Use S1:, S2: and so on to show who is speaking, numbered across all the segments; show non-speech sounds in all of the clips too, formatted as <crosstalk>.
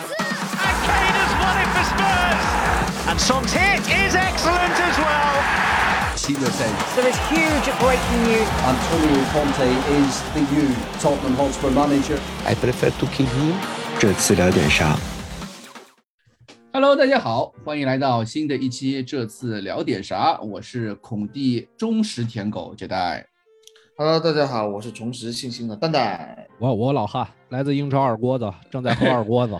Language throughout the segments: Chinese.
S1: Kane has won it for Spurs. And Son's hit is excellent as well.
S2: Seamless edge.
S3: There is huge breaking news.
S2: Antonio Conte is the new Tottenham Hotspur manager.
S4: I prefer to kill him.
S5: 这次聊点啥？
S6: Hello，大家好，欢迎来到新的一期。这次聊点啥？我是孔蒂忠实舔狗接待。
S7: Hello，大家好，我是重拾信心的蛋蛋，
S8: 我我老汉来自英超二锅子，正在喝二锅子。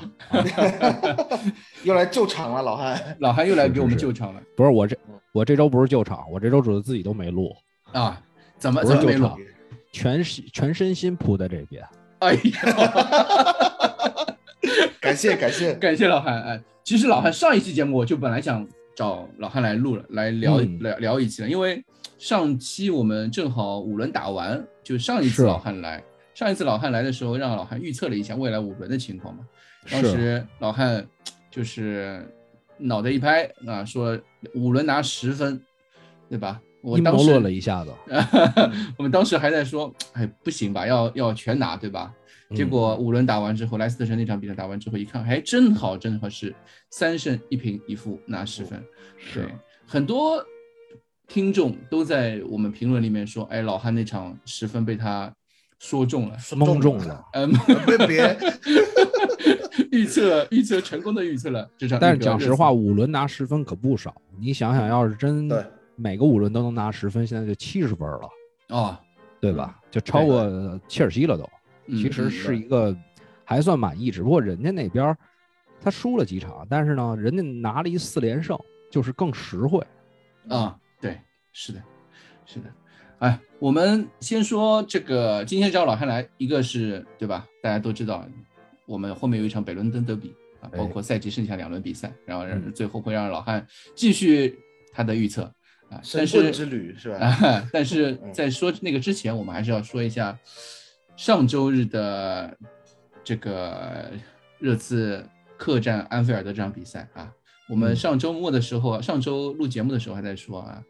S8: <laughs>
S7: 又来救场了，老汉。 <laughs>
S6: 老韩又来给我们救场了
S8: 不是我这
S6: 嗯
S8: 我这周不是救场，我这周主要自己都没录，
S6: 啊！怎么
S8: 不
S6: 怎
S8: 是
S6: 么没
S8: 救
S6: 录
S8: 场？，全是全身心扑在这边。
S6: 哎呦，
S7: 感谢
S8: <laughs>
S7: 感谢，
S6: <laughs> 感谢老韩。哎，其实老韩上一期节目我就本来想找老韩来录了，来聊、
S8: 嗯
S6: 聊聊一期了，因为上期我们正好五轮打完，就上一
S8: 是
S6: 次老韩来，上一次老汉来的时候让老韩预测了一下未来五轮的情况嘛。当
S8: 是，
S6: 时老汉就是脑袋一拍啊，说五轮拿十分，对吧？我
S8: 阴
S6: 当
S8: 谋
S6: 时呃
S8: 论了一下子，
S6: 我们当时还在说，哎，不行吧，要要全拿，对吧？结
S8: 嗯
S6: 果五轮打完之后，莱斯特城那场比赛打完之后，一看，哎，正好正好是三胜一平一负，拿十分。对
S8: 哦是，啊
S6: 很多听众都在我们评论里面说，哎，老汉那场十分被他说中
S8: <laughs>
S6: 了，
S8: 蒙中了。
S6: 嗯，
S7: 别
S8: <laughs>
S7: 别，
S6: 预测预测成功的预测了这场。
S8: 但是讲实话，，五轮拿十分可不少。你想想，要是真
S7: 对
S8: 每个五轮都能拿十分，现在就七十分了，
S6: 哦，
S8: 对吧？就超过切尔西了都。
S6: 嗯
S8: 其实是一个还算满意，只不过人家那边儿他输了几场，但是呢，人家拿了一四连胜，就是更实惠。
S7: 嗯
S6: 啊、对，是的，是的。哎，我们先说这个，今天找老汉来，一个是对吧？大家都知道，我们后面有一场北伦敦德比啊，包
S8: 哎
S6: 括赛季剩下两轮比赛，然后让
S8: 嗯
S6: 最后会让老汉继续他的预测啊。但
S7: 神
S6: 是
S7: 棍之旅是吧？
S6: 啊， <laughs> 但是
S8: 嗯
S6: 在说那个之前，我们还是要说一下上周日的这个热刺客战安菲尔德这场比赛啊。我们
S8: 嗯
S6: 上周末的时候，啊上周录节目的时候还在说啊，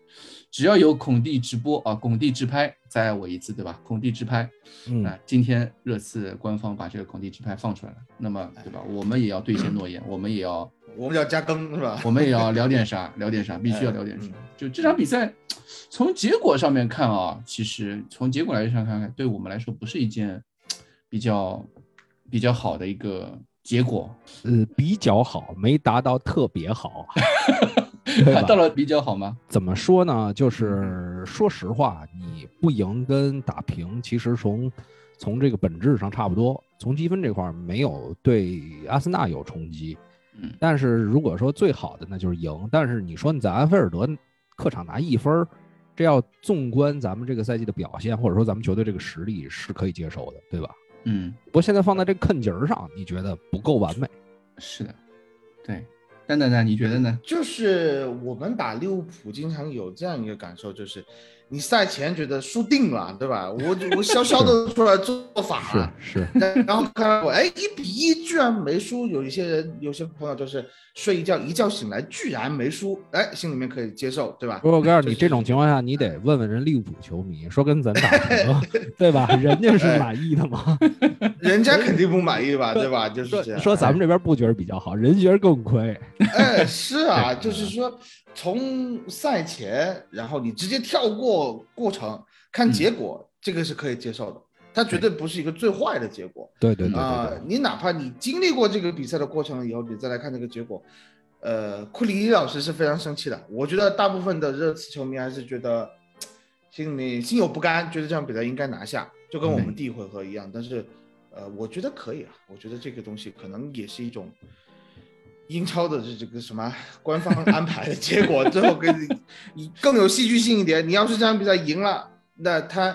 S6: 只要有孔蒂直播啊，孔蒂直拍，再爱我一次，对吧？孔蒂直拍，
S8: 嗯
S6: 啊，今天热刺官方把这个孔蒂直拍放出来了，那么对吧？我们也要兑现诺言，我们也要
S7: <laughs> 我们要加更是 <laughs> 吧？
S6: 我们也要聊点啥，聊点
S7: <laughs>
S6: 啥，必须要聊点啥
S7: 嗯。
S6: 就这场比赛，从结果上面看啊，其实从结果来上看，对我们来说不是一件比较比较好的一个结果，
S8: 呃，比较好，没达到特别好，对
S6: <laughs> 达到
S8: 吧？
S6: 了比较好吗？
S8: 怎么说呢？就是说实话，你不赢跟打平，其实从从这个本质上差不多，从积分这块儿没有对阿森纳有冲击。
S6: 嗯
S8: 但是如果说最好的那就是赢，但是你说你在安菲尔德客场拿一分儿，这要纵观咱们这个赛季的表现，或者说咱们球队这个实力是可以接受的，对吧？
S6: 嗯，
S8: 不过现在放在这个坎节儿上，你觉得不够完美？
S6: 是的，对。蛋蛋蛋，你觉得呢？
S7: 就是我们打利物浦经常有这样一个感受，就是你赛前觉得输定了，对
S8: <laughs>
S7: 吧？我我潇潇的出来做法了，
S8: 是是，
S7: <laughs> 然然后看到我哎一比一居然没输，有一些人有些朋友就是睡一觉一觉醒来居然没输，哎心里面可以接受，对吧？
S8: 不过我告诉你，
S7: 就是哎
S8: 这种情况下，你得问问人利物浦球迷，说跟咱打
S7: <laughs>
S8: 平，对吧？人家
S7: 哎
S8: 是满意的吗？
S7: 人家肯定不满意吧，对吧？就是
S8: 说
S7: 这样。
S8: 说咱们这边不觉得比较好，人觉得更亏。
S7: 哎，是啊，就是说从赛前，然后你直接跳过过程看结果，这个是可以接受的。它绝对不是一个最坏的结果
S8: 对对对
S7: 啊、
S8: 对对，
S7: 你哪怕你经历过这个比赛的过程以后，你再来看这个结果，呃，库里老师是非常生气的。我觉得大部分的热刺球迷还是觉得心里心有不甘，觉得这场比赛应该拿下，就跟我们第一回合一样。但是，呃，我觉得可以啊，我觉得这个东西可能也是一种英超的这这个什么官方安排的结果，最后给你你更有戏剧性一点。你要是这场比赛赢了，那他。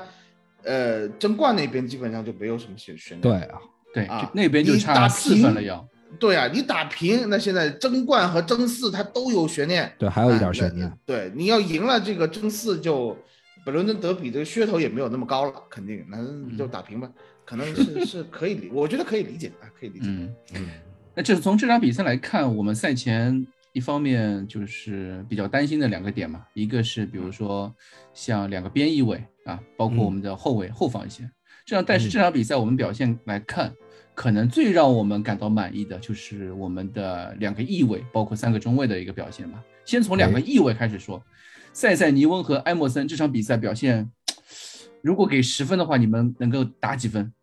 S7: 呃，争冠那边基本上就没有什么悬悬念。
S8: 对啊，
S6: 对，
S7: 啊
S6: 就那边就
S7: 你
S6: 差
S7: 打
S6: 四
S7: 平
S6: 分了要。
S7: 对啊，你打平，那现在争冠和争四它都有悬念，
S8: 对，还有一
S7: 哎
S8: 点悬。念
S7: 那。对，你要赢了这个争四就，本伦敦德比这个噱头也没有那么高了，肯定，
S6: 嗯
S7: 那就打平吧，可能是是可以理，我觉得可以理解的，可以理解。
S6: 嗯，那这是从这场比赛来看，我们赛前一方面就是比较担心的两个点嘛，嗯一个是比如说像两个边翼位啊，包括我们的后卫、后防线，这样，但是这场比赛我们表现来看，可能最让我们感到满意的就是我们的两个翼位，包括三个中卫的一个表现吧。先从两个翼位开始说，塞塞尼翁和埃默森这场比赛表现，如果给十分的话，你们能够打几分？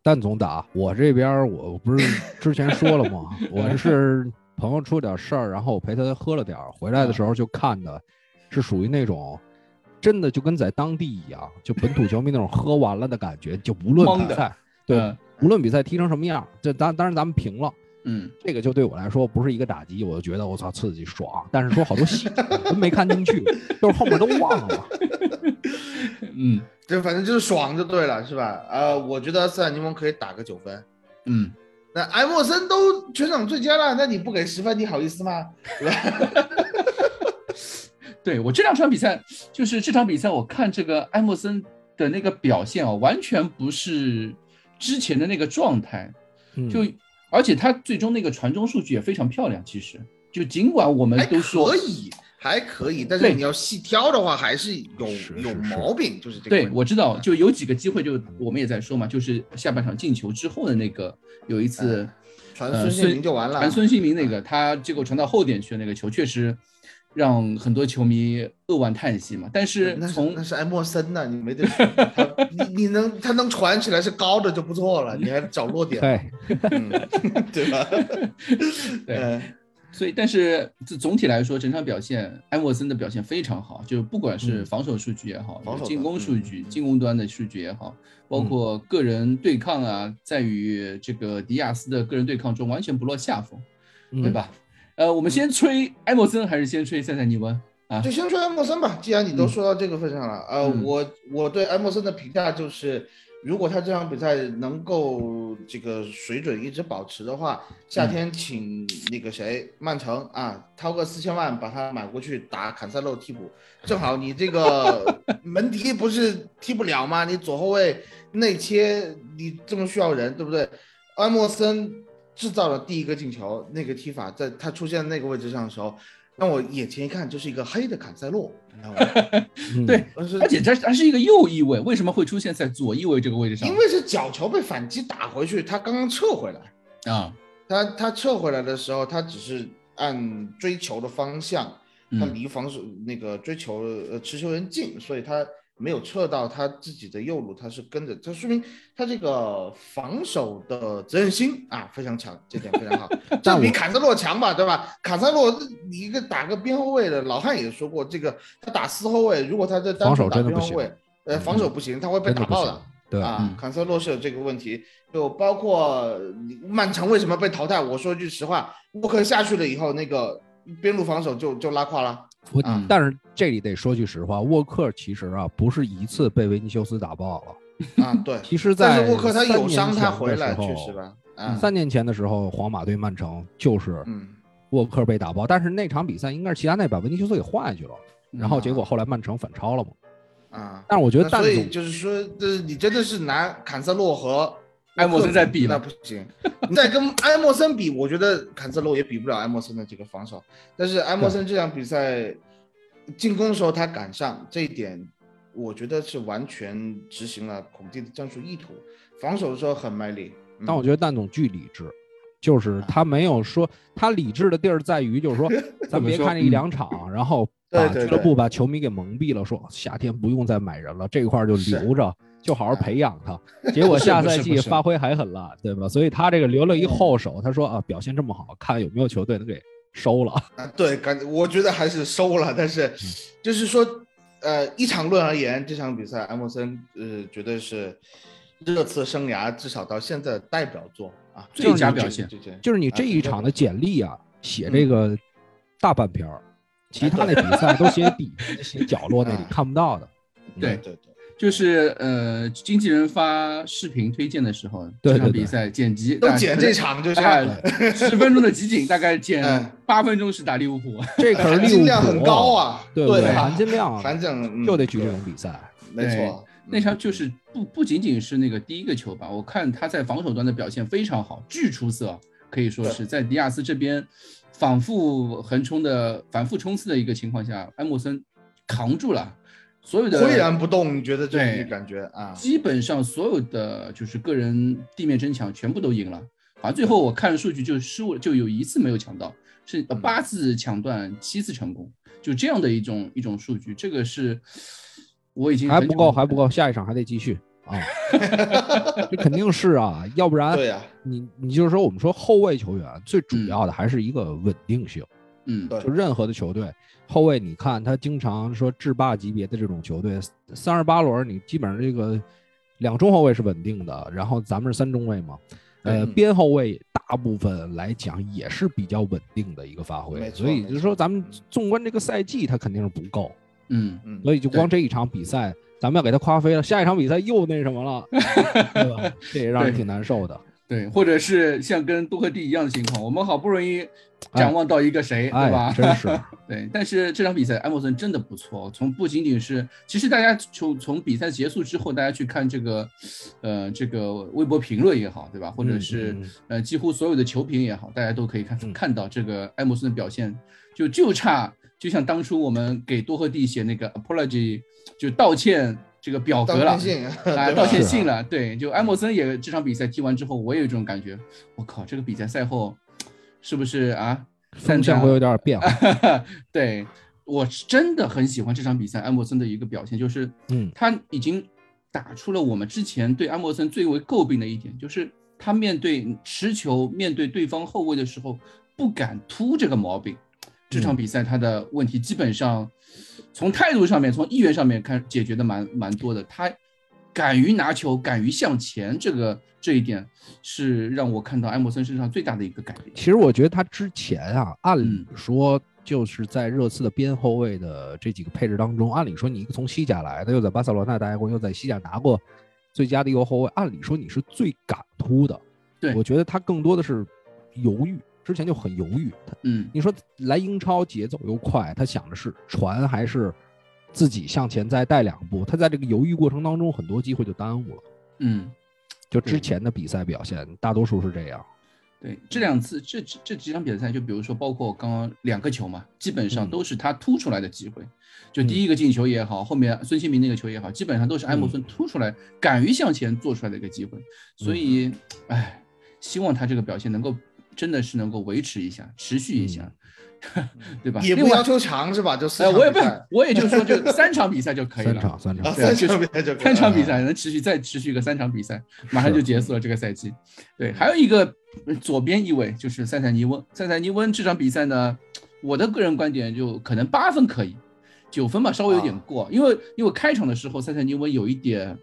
S8: 蛋总打我这边儿，我不是之前说了吗？我
S7: <laughs>
S8: 是朋友出点事儿，然后我陪他喝了点儿，回来的时候就看的，是属于那种真的就跟在当地一样，就本土球迷那种喝完了的感觉，就无论
S6: 懵
S8: 比
S6: 的
S8: 赛，对，
S6: 嗯
S8: 无论比赛踢成什么样，这当当然咱们平了。
S6: 嗯，
S8: 这个就对我来说不是一个打击，我就觉得我操刺激爽，但是说好多细节我都没看进去，就是后面都忘了。
S6: 嗯
S7: 就反正就是爽就对了，是吧？呃，我觉得斯坦尼翁可以打个九分。
S6: 嗯，
S7: 那埃默森都全场最佳了，那你不给十分，你好意思吗？对吧？
S6: 对我这两场比赛，就是这场比赛我看这个埃默森的那个表现啊，完全不是之前的那个状态，
S8: <laughs> 嗯
S6: 就而且他最终那个传中数据也非常漂亮。其实，就尽管我们
S7: 还
S6: 哎都说
S7: 可以，还可以，但是
S6: 对
S7: 你要细挑的话，还是有
S8: 是
S7: 有
S8: 是是
S7: 毛病，就是这个嗯问
S6: 对
S7: 题。，
S6: 我知道，就有几个机会，就我们也在说嘛，就是下半场进球之后的那个，有一次
S7: 传
S6: 呃
S7: 孙兴民就嗯完了。嗯
S6: 传孙兴民那个，他结果传到后点去的那个球，确实让很多球迷扼腕叹息嘛。但是
S7: 嗯那
S6: 从
S7: 那是埃默森呐，你没得说，他你你能他能传起来是高的就不错了，你还找落点，
S8: 对，
S7: 嗯对吧？
S6: 对
S7: 嗯
S6: 所以，但是这总体来说，整场表现，埃默森的表现非常好，就不管是防守数据也好，
S7: 嗯防守端
S6: 进攻数据、
S7: 嗯嗯嗯
S6: 进攻端的数据也好，包括个人对抗啊，在与这个迪亚斯的个人对抗中完全不落下风，
S8: 嗯
S6: 对
S7: 嗯
S6: 吧？呃，我们先吹埃默森还是先吹塞塞尼翁？
S7: 就先说埃默森吧，既然你都说到这个份上了，呃，
S6: 嗯
S7: 我我对埃默森的评价就是，如果他这场比赛能够这个水准一直保持的话，夏天请那个谁曼城啊，掏个四千万把他买过去打坎塞洛替补，正好你这个门迪不是踢不了吗？你左后卫内切你这么需要人，对不对？埃默森制造了第一个进球，那个踢法在他出现那个位置上的时候，让我眼前一看就是一个黑的坎塞洛，你知道吗？ <laughs>
S8: 嗯
S6: 对，
S7: 但是
S6: 而且他他是一个右翼位，为什么会出现在左翼位这个位置上？
S7: 因为是角球被反击打回去，他刚刚撤回来，
S6: 啊，
S7: 他他撤回来的时候，他只是按追求的方向，他
S6: 嗯
S7: 离防守那个追求呃持球人近，所以他没有撤到他自己的右路，他是跟着，这说明他这个防守的责任心啊非常强，这点非常好，这
S8: <laughs> 但
S7: 比
S8: 我
S7: 坎塞洛强吧，对吧？坎塞洛你一个打个边后卫的，老汉也说过，这个他打四后卫，如果他在单
S8: 防
S7: 纯
S8: 守
S7: 打
S8: 真的
S7: 边
S8: 不
S7: 后
S8: 行嗯
S7: 卫，呃，防守不行，他会被
S8: 真
S7: 打
S8: 的不
S7: 爆
S8: 行
S7: 的。。
S8: 对，
S7: 啊
S6: 嗯，
S7: 坎塞洛是有这个问题，就包括你曼城为什么被淘汰？我说句实话，沃克下去了以后，那个边路防守就就拉胯
S8: <laughs>
S7: 了。
S8: 我
S7: 啊
S6: 嗯
S8: 但是这里得说句实话，沃克其实啊不是一次被维尼修斯打爆了，
S7: 啊，对。
S8: 其实在
S7: 但是沃克他有
S8: 三
S7: 伤，
S8: 年前
S7: 他
S8: 的
S7: 回来
S8: 时
S7: 去
S8: 候
S7: 是？吧？啊，
S8: 三年前的时候，皇马对曼城就是
S7: 嗯，
S8: 沃克被打爆，但是那场比赛应该是齐达内把维尼修斯给换下去了，然后结果后来曼城反超了嘛。
S7: 啊，
S8: 但是我觉得
S7: 嗯那
S8: 蛋
S7: 所以
S8: 总
S7: 就是说，这你真的是拿坎塞
S6: <laughs>
S7: 洛和
S6: 埃默森在比
S7: 那
S6: 了
S7: 不行。你再跟 <laughs> 埃默森比，我觉得坎塞洛也比不了埃默森的这个防守。但是埃默森这场比赛进攻的时候他赶上，这一点我觉得是完全执行了孔蒂的战术意图。防守的时候很卖力，嗯
S8: 但我觉得蛋总巨理智，就是
S7: 啊
S8: 他没有说他理智的地儿在于，
S7: <laughs>
S8: 就是说咱别看这一两场，然后把
S7: 嗯对对
S8: 俱
S7: 对
S8: 乐部把球迷给蒙蔽了，说夏天不用再买人了，这一块儿就是留着，就好好
S7: 啊
S8: 培养他。结
S7: <laughs>
S8: 果
S6: 不是
S8: 下
S6: 不
S8: 赛
S6: 是
S8: 季
S6: 不是
S8: 发挥还很烂，对吧？所以他这个留了
S7: 嗯
S8: 一后手，他说啊，表现这么好，看有没有球队能给收了。 <laughs>
S7: 啊，对，感我觉得还是收了，但是就是说，呃，一场论而言，这场比赛埃默森呃绝对是热刺生涯至少到现在的代表作啊，
S6: 最佳
S7: 就是
S6: 表
S7: 这
S6: 现
S7: 这啊这
S8: 就是你这一场的简历啊，写
S7: 嗯
S8: 这个大半篇儿，其他那比赛都写底，
S7: <laughs>
S8: 写角落那里
S7: 啊
S8: 看不到的。嗯
S6: 对
S7: 对对，
S6: 就是呃，经纪人发视频推荐的时候，
S8: 对
S6: 这场
S8: 对对
S6: 比赛剪辑
S7: 都剪这场
S6: 哎
S7: <laughs> 就是
S6: <laughs> 十分钟的集锦，大概剪
S7: 哎嗯
S6: 八分钟是打利物浦。
S7: <laughs>
S8: 这可是利物
S7: 金
S8: 浦
S7: 量很高，啊，
S8: 对
S7: 对
S8: 对，
S7: 啊
S8: 含金量
S7: 反正
S8: 就得举这，种
S7: 嗯
S8: 比赛。
S7: 对没错，
S6: <laughs> 那场
S7: 嗯
S6: 就是不不仅仅是那个第一个球吧，我看他在防守端的表现非常好，巨出色，可以说是在迪亚斯这边反复横冲的、反复冲刺的一个情况下，埃默森扛住了，所有的
S7: 岿嗯然不动，你觉得这
S6: 对
S7: 种感觉啊？
S6: 基本上所有的就是个人地面争抢全部都赢了，好像最后我看数据就失误，就有一次没有抢到，是呃
S7: 嗯
S6: 八次抢断，七次成功，就这样的一种一种数据，这个是我已经
S8: 还
S6: 很
S8: 不
S6: 久
S8: 够，
S6: 没
S8: 还不够，下一场还得继续
S7: <laughs>
S8: 啊！这肯定是啊，要不然
S7: 对呀，嗯
S8: 你你就是说，我们说后卫球员最主要的还是一个稳定性。
S6: 嗯
S7: 对
S8: 就任何的球队后卫，你看他经常说制霸级别的这种球队，三十八轮你基本上这个两中后卫是稳定的，然后咱们是三中卫嘛，呃，
S7: 嗯
S8: 边后卫大部分来讲也是比较稳定的一个发
S7: 没
S8: 挥，
S7: 错
S8: 所以就是说
S7: 没错
S8: 咱们纵观这个赛季，他肯定是不够，
S6: 嗯
S7: 嗯，
S8: 所以就光这一场比赛，咱们要给他夸飞了，下一场比赛又那什么
S6: <laughs>
S8: 了，对吧？这也让人
S6: 对
S8: 挺难受的。
S6: 对，或者是像跟多克蒂一样的情况，我们好不容易展望到一个谁，对吧？ <laughs>
S8: 哎，真是，
S6: 对，但是这场比赛埃默森真的不错，哦从不仅仅是，其实大家从从比赛结束之后，大家去看这个，呃，这个微博评论也好，对吧？或者
S8: 嗯
S6: 是、
S8: 嗯嗯
S6: 呃，几乎所有的球评也好，大家都可以看、
S8: 嗯
S6: <laughs> 看到这个埃默森的表现，就就差，就像当初我们给多赫蒂写那个 apology，就道歉这个表格
S7: 当
S6: 了
S7: 天。性，
S6: 啊，
S7: <laughs> 对
S6: 道
S7: 吧
S6: 歉
S8: 是啊
S6: 信了，对，就埃默森也这场比赛踢完之后，我也有这种感觉，我靠，这个比赛赛后是不是啊？
S8: 风向会有点变
S6: <laughs>
S8: 化。
S6: 对我是真的很喜欢这场比赛埃默森的一个表现，就是
S8: 嗯
S6: 他已经打出了我们之前对埃默森最为诟病的一点，就是他面对持球、面对对方后卫的时候不敢突这个毛病。这场比赛他的问题基本上从态度上面、从意愿上面看解决的蛮蛮多的。他敢于拿球、敢于向前，这个这一点是让我看到埃默森身上最大的一个改变。
S8: 其实我觉得他之前啊，按理
S6: 嗯
S8: 说就是在热刺的边后卫的这几个配置当中，按理说你一个从西甲来的，又在巴塞罗那待过，又在西甲拿过最佳的右后卫，按理说你是最敢突的。
S6: 对
S8: 我觉得他更多的是犹豫，之前就很犹豫。他
S6: 嗯，
S8: 你说来英超节奏又快，他想的是传还是自己向前再带两步？他在这个犹豫过程当中，很多机会就耽误了。
S6: 嗯，
S8: 就之
S6: 对
S8: 前的比赛表现，大多数是这样。
S6: 对，
S7: 嗯
S6: 这两次这这这几场比赛，就比如说包括刚刚两个球嘛，基本上
S8: 嗯
S6: 都是他突出来的机会，就
S8: 嗯
S6: 第一个进球也好，后面孙兴民那个球也好，基本上都是埃
S7: 嗯
S6: 默森突出来、敢于向前做出来的一个机会。
S7: 嗯
S6: 所以，哎，希望他这个表现能够真的是能够维持一下，持续一下， <laughs> 对吧？
S7: 嗯也
S6: 另
S7: 不
S6: 外
S7: 要，求长是吧？就四
S6: 哎，
S7: 场
S6: 我也不
S7: 比赛，
S6: 我也就说就三场比赛就可以
S8: 三
S6: 了，
S8: 场，三场
S7: 啊，，
S6: 对啊
S7: 三
S6: 就是
S7: 场比赛就可以
S6: 三场比
S7: 了啊
S6: 赛能持续再持续个三场比赛，马上
S8: 是
S6: 就结束了这个赛季。对，
S8: 嗯
S6: 还有一个呃左边一位就是塞塞尼翁，塞塞尼翁这场比赛呢，我的个人观点就可能八分可以，九分吧稍微有
S8: 啊
S6: 点过，因为因为开场的时候塞塞尼翁有一点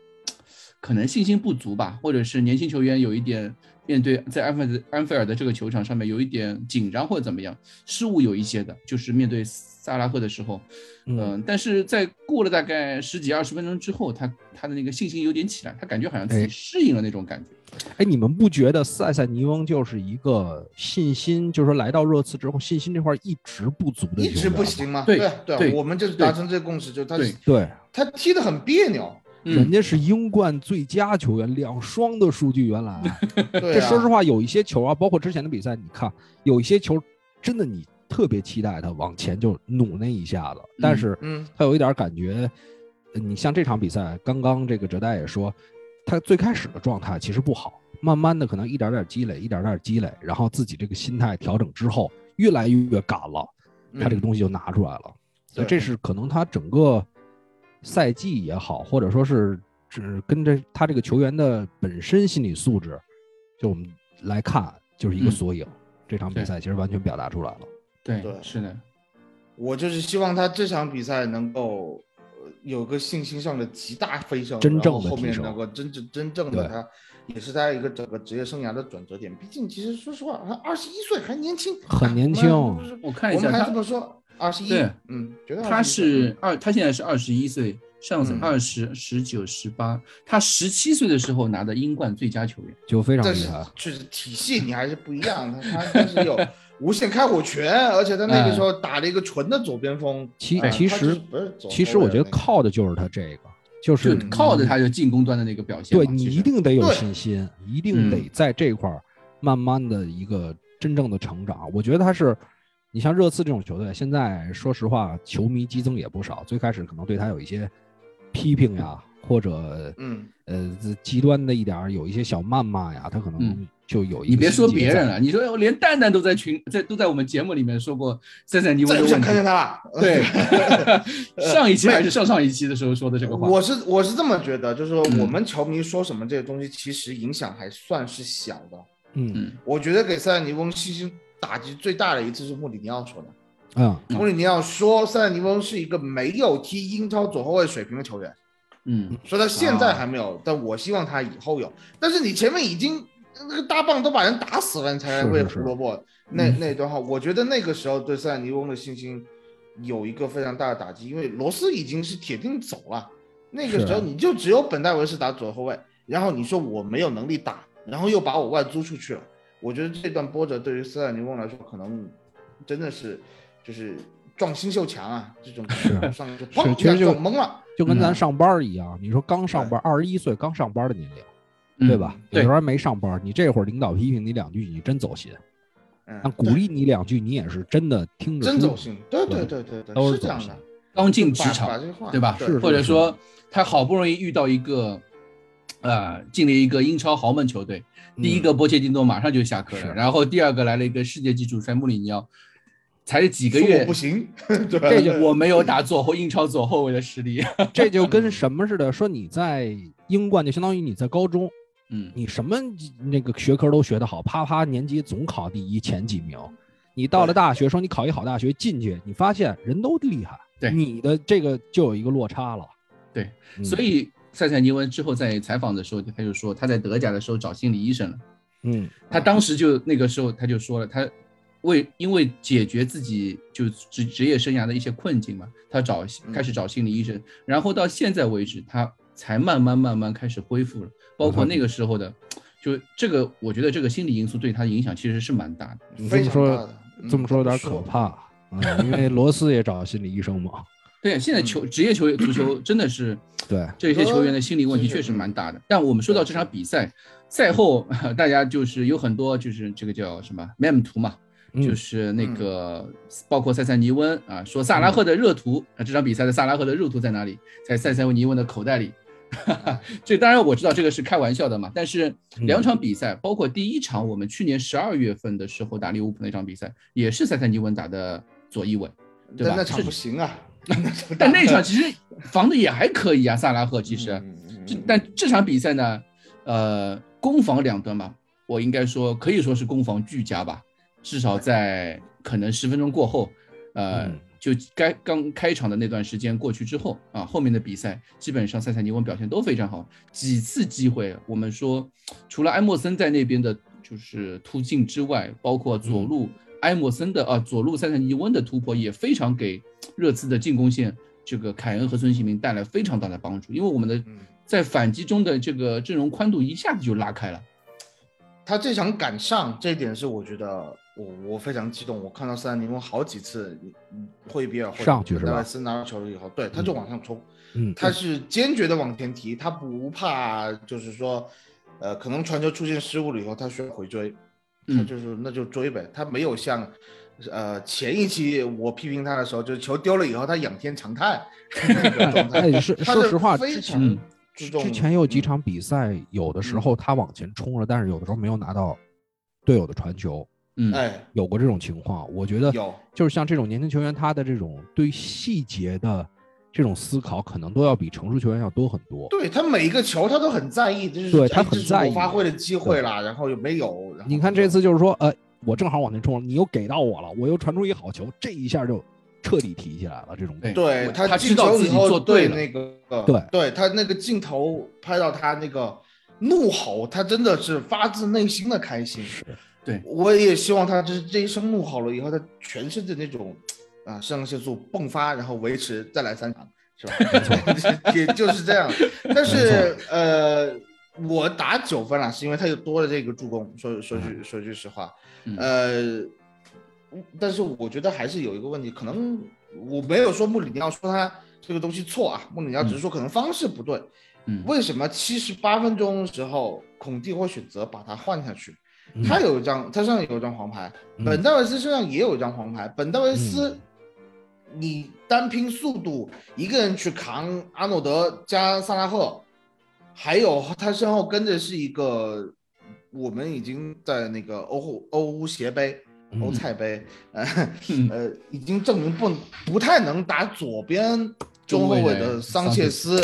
S6: 可能信心不足吧，或者是年轻球员有一点面对在安菲尔安菲尔的这个球场上面有一点紧张或者怎么样，失误有一些的，就是面对萨拉赫的时候，
S8: 嗯
S6: 嗯，但是在过了大概十几二十分钟之后，他他的那个信心有点起来，他感觉好像自
S8: 哎
S6: 己适应了那种感觉。
S8: 哎，你们不觉得塞塞尼翁就是一个信心，就是说来到热刺之后，信心这块儿一直不足的
S7: 一
S8: 球
S7: 直
S8: 员
S7: 不
S8: 吗？
S7: 行嘛？
S6: 对
S7: 对啊
S6: 对
S7: 啊，我们就是达成这个共识，就是他
S6: 对
S8: 对，
S7: 他踢得很别扭，
S8: 人
S6: 嗯，
S8: 家是英冠最佳球员，两双的数据原来啊。
S7: 对
S8: 这
S7: 啊，
S8: 说实话，有一些球啊，包括之前的比赛，你看有一些球真的你特别期待他往前就努那一下子，但
S6: 嗯
S8: 是
S7: 嗯，
S8: 他有一点感觉，呃你像这场比赛，刚刚这个哲代也说，他最开始的状态其实不好，慢慢的可能一点点积累，一点点积累，然后自己这个心态调整之后，越来越敢了，他这个东西就拿出来了。所以
S7: 嗯对
S8: 这是可能他整个赛季也好，或者说是只跟这他这个球员的本身心理素质，就我们来看就是一个
S6: 嗯
S8: 缩影。这场比
S6: 对
S8: 赛其实完全表达出来了。
S6: 对
S7: 对
S6: 是的，
S7: 我就是希望他这场比赛能够呃有个信心上的极大飞升，
S8: 真正
S7: 然
S8: 的
S7: 后后
S8: 提
S7: 面
S8: 升
S7: 能够真正真正的
S8: 对
S7: 他，也是他一个整个职业生涯的转折点。毕竟其实说实话，他二十一岁还年轻，
S8: 很
S7: 啊
S8: 年轻
S7: 我们
S6: 我看一
S7: 我
S6: 下
S7: 们还
S6: 他
S7: 这么说，二十一
S6: 对，
S7: 嗯，觉得
S6: 他
S7: 21岁
S6: 是二，他现在是二十一岁，上次
S7: 嗯
S6: 二十、十九、十八，他十七岁的时候拿的英冠最佳球员。
S8: 就非常
S7: 但
S8: 厉
S7: 是
S8: 害，
S7: 就是体系你还是不一样，他他他
S8: <laughs>
S7: 是有无限开火权，而且他那个时候打了一个纯的左边锋。
S8: 哎其
S7: 啊
S8: 其
S7: 他就是
S8: 实
S7: 不是左
S8: 其
S7: 后
S8: 实我
S7: 卫
S8: 觉得
S7: 那个
S8: 靠的就是他这个，就是
S6: 就
S8: 你
S6: 靠着他就进攻端的那个表现嘛，
S8: 嗯对你
S6: 其实
S8: 一定得有
S7: 对
S8: 信心，一定得
S6: 嗯
S8: 在这块儿慢慢的一个真正的成长。我觉得他是，你像热刺这种球队，现在说实话，球迷激增也不少。最开始可能对他有一些批评呀，或者
S7: 嗯，
S8: 呃这极端的一点儿有一些小谩骂呀，他可能
S6: 嗯
S8: 就有一个
S6: 你别说
S8: 心结
S6: 别
S8: 在
S6: 人了，你说连蛋蛋都在群在都在我们节目里面说过三三尼翁
S7: 再也
S6: 的
S7: 不想
S6: 问
S7: 看见
S6: 题。
S7: 他了。
S6: 对， <laughs> 上一期
S7: 没
S6: 还是上上一期的时候说的这个话。
S7: 我是我是这么觉得，就是说
S6: 嗯
S7: 我们球迷说什么这个东西，其实影响还算是小的。
S8: 嗯
S6: 嗯
S7: 我觉得给塞尔尼翁信心打击最大的一次是穆里尼奥说的。
S8: 嗯
S6: 嗯
S7: 穆里尼奥说塞尔尼翁是一个没有踢英超左后卫水平的球员，
S6: 嗯
S7: 说他现
S8: 啊
S7: 在还没有，但我希望他以后有。但是你前面已经那个大棒都把人打死了，你才
S8: 是
S7: 会
S8: 是是嗯
S7: 胡萝卜。那那段话，我觉得那个时候对塞尔尼翁的信心有一个非常大的打击，因为罗斯已经是铁定走了。那个时候
S8: 是啊
S7: 你就只有本戴维是打左后卫，然后你说我没有能力打，然后又把我外租出去了。我觉得这段波折对于塞尔尼翁来说，可能真的是就是撞新秀墙啊，这种感觉上来就砰一
S8: 其实
S7: 下
S8: 就
S7: 撞懵了。
S8: 就跟咱
S6: 嗯
S8: 上班儿一样，你说刚上班，二十一岁刚上班的年龄，
S6: 嗯，
S8: 对吧？有
S6: 对
S8: 时候还没上班，你这会儿领导批评你两句，你真走心；
S7: 嗯
S8: 那，鼓励你两句，你也是真的听着
S7: 真
S8: 舒
S7: 走
S8: 服。
S7: 心，对对
S8: 对
S7: 对对对，
S8: 都是
S7: 这
S8: 走
S7: 样
S8: 心
S7: 的，
S6: 刚进职
S7: 把把
S6: 场，
S7: 这话
S6: 对吧？
S7: 啊对
S8: 是
S6: 或者说他好不容易遇到一个，呃，进了一个英超豪门球队，第一个波切蒂诺马上就下课
S8: 嗯是
S6: 了，然后第二个来了一个世界级主帅穆里尼奥，才几个
S7: 说我
S6: 月 <laughs>
S7: 不，行， <laughs> 对
S8: <laughs>
S7: 吧？
S8: 这就
S6: 我没有打左后英超左后卫的实
S8: <laughs>
S6: 力。
S8: 这就跟什么似的，说你在英冠就相当于你在高中，
S6: 嗯，
S8: 你什么那个学科都学得好，啪啪年级总考第一前几名。你到了大学，说你考一好大学进去，你发现人都厉害，
S6: 对
S8: 你的这个就有一个落差了。
S6: 对
S8: 嗯，
S6: 所以塞塞尼文之后在采访的时候，他就说他在德甲的时候找心理医生了。
S8: 嗯，
S6: 他当时就那个时候他就说了，他为因为解决自己就职职业生涯的一些困境嘛，他找
S7: 嗯
S6: 开始找心理医生，然后到现在为止，他才慢慢慢慢开始恢复了。包括那个时候的，就这个，我觉得这个心理因素对他的影响其实是蛮大的。
S8: 你这
S7: 非
S8: 么
S7: 常
S8: 说
S7: 大的嗯
S8: 这么说有点
S7: 不
S8: 可怕，嗯，因为罗斯也找心理医生嘛。
S6: 对，啊现在球职业球员足球真的是
S8: 对，
S6: 这些球员的
S8: 哦
S6: 心理问题确
S8: 嗯
S6: 实蛮大的。但我们说到这场比赛，赛后大家就是有很多就是这个叫什么 mem 图嘛，
S8: 嗯嗯
S6: 就是那个包括塞塞尼翁啊，说萨拉赫的热图啊，这场比赛的萨拉赫的热图在哪里？在塞塞尼翁的口袋里。 <laughs> 这当然我知道这个是开玩笑的嘛，但是
S8: 嗯
S6: 两场比赛，包括第一场我们去年十二月份的时候打利物浦那场比赛，也是塞塞尼翁打的左翼位，对
S7: 但
S6: 吧
S7: 嗯那场
S6: 是
S7: 不行啊，
S6: 但那场其实防的也还可以啊，萨拉赫其实。
S7: 嗯
S6: 这但这场比赛呢，呃，攻防两端吧，我应该说可以说是攻防俱佳吧，至少在可能十分钟过后，呃，
S8: 嗯
S6: 就该刚开场的那段时间过去之后啊，后面的比赛基本上塞塞尼翁表现都非常好，几次机会我们说，除了埃莫森在那边的就是突进之外，包括左路。埃莫森的啊，左路塞塞尼翁的突破也非常给热刺的进攻线这个凯恩和孙兴民带来非常大的帮助，因为我们的
S7: 嗯
S6: 在反击中的这个阵容宽度一下子就拉开了。
S7: 他这场敢上，这一点是我觉得我我非常激动。我看到塞尔尼翁好几次，嗯惠比尔或者
S8: 上去是吧
S7: 戴维斯拿到球了以后，对，他就往上冲，
S8: 嗯，
S7: 他是坚决的往前提，他不怕，就是说，呃，可能传球出现失误了以后，他需要回追，他
S6: 嗯
S7: 就是那就追呗，他没有像。呃，前一期我批评他的时候，就是球丢了以后，他仰天长叹那个状态
S8: <laughs> 哎，是
S7: 他是
S8: 说实话，
S7: 非
S8: 之
S7: 常
S8: 前
S7: 注重
S8: 之前有几
S7: 嗯
S8: 场比赛，有的时候他往前冲了，但是有的时候没有拿到队友的传球，
S6: 嗯，
S7: 哎
S8: 有过这种情况。我觉得
S7: 有
S8: 就是像这种年轻球员，他的这种对细节的这种思考，可能都要比成熟球员要多很多。
S7: 对他每一个球他都很在意，就是
S8: 对
S7: 哎
S8: 他
S7: 这
S8: 很
S7: 是
S8: 在
S7: 我
S8: 意
S7: 发挥的机会啦，然后又没有。然后
S8: 你看这次就是说，呃，我正好往前冲了，你又给到我了，我又传出一好球，这一下就彻底提起来了。这种
S6: 对
S7: 对
S6: 我他
S7: 进
S6: 知道
S7: 球
S6: 自
S7: 以
S6: 己
S7: 后
S6: 做对
S7: 对
S6: 了嗯
S7: 那个
S8: 对
S7: 他那个镜头拍到他那个怒吼，他真的是发自内心的开心。
S8: 是
S6: 对
S7: 我也希望他这这一声怒吼了以后，他全身的那种啊肾上腺素迸发，然后维持再来三场，是吧？也 <laughs> 就是这样。但是呃，我打九分了，是因为他又多了这个助攻。说说句说句实话，
S6: 嗯
S7: 呃，但是我觉得还是有一个问题，可能我没有说穆里尼奥说他这个东西错啊，穆里尼奥只是说可能方式不对。
S6: 嗯
S7: 为什么七十八分钟的时候孔蒂会选择把他换下去？
S8: 嗯
S7: 他有一张，他身上有一张黄牌，
S8: 嗯
S7: 本戴维斯身上也有一张黄牌。本戴维斯你单拼速度，一个人去扛阿诺德加萨拉赫，还有他身后跟着是一个，我们已经在那个欧互欧乌协杯、欧菜杯，呃呃，已经证明不不太能打左边中后卫的桑切斯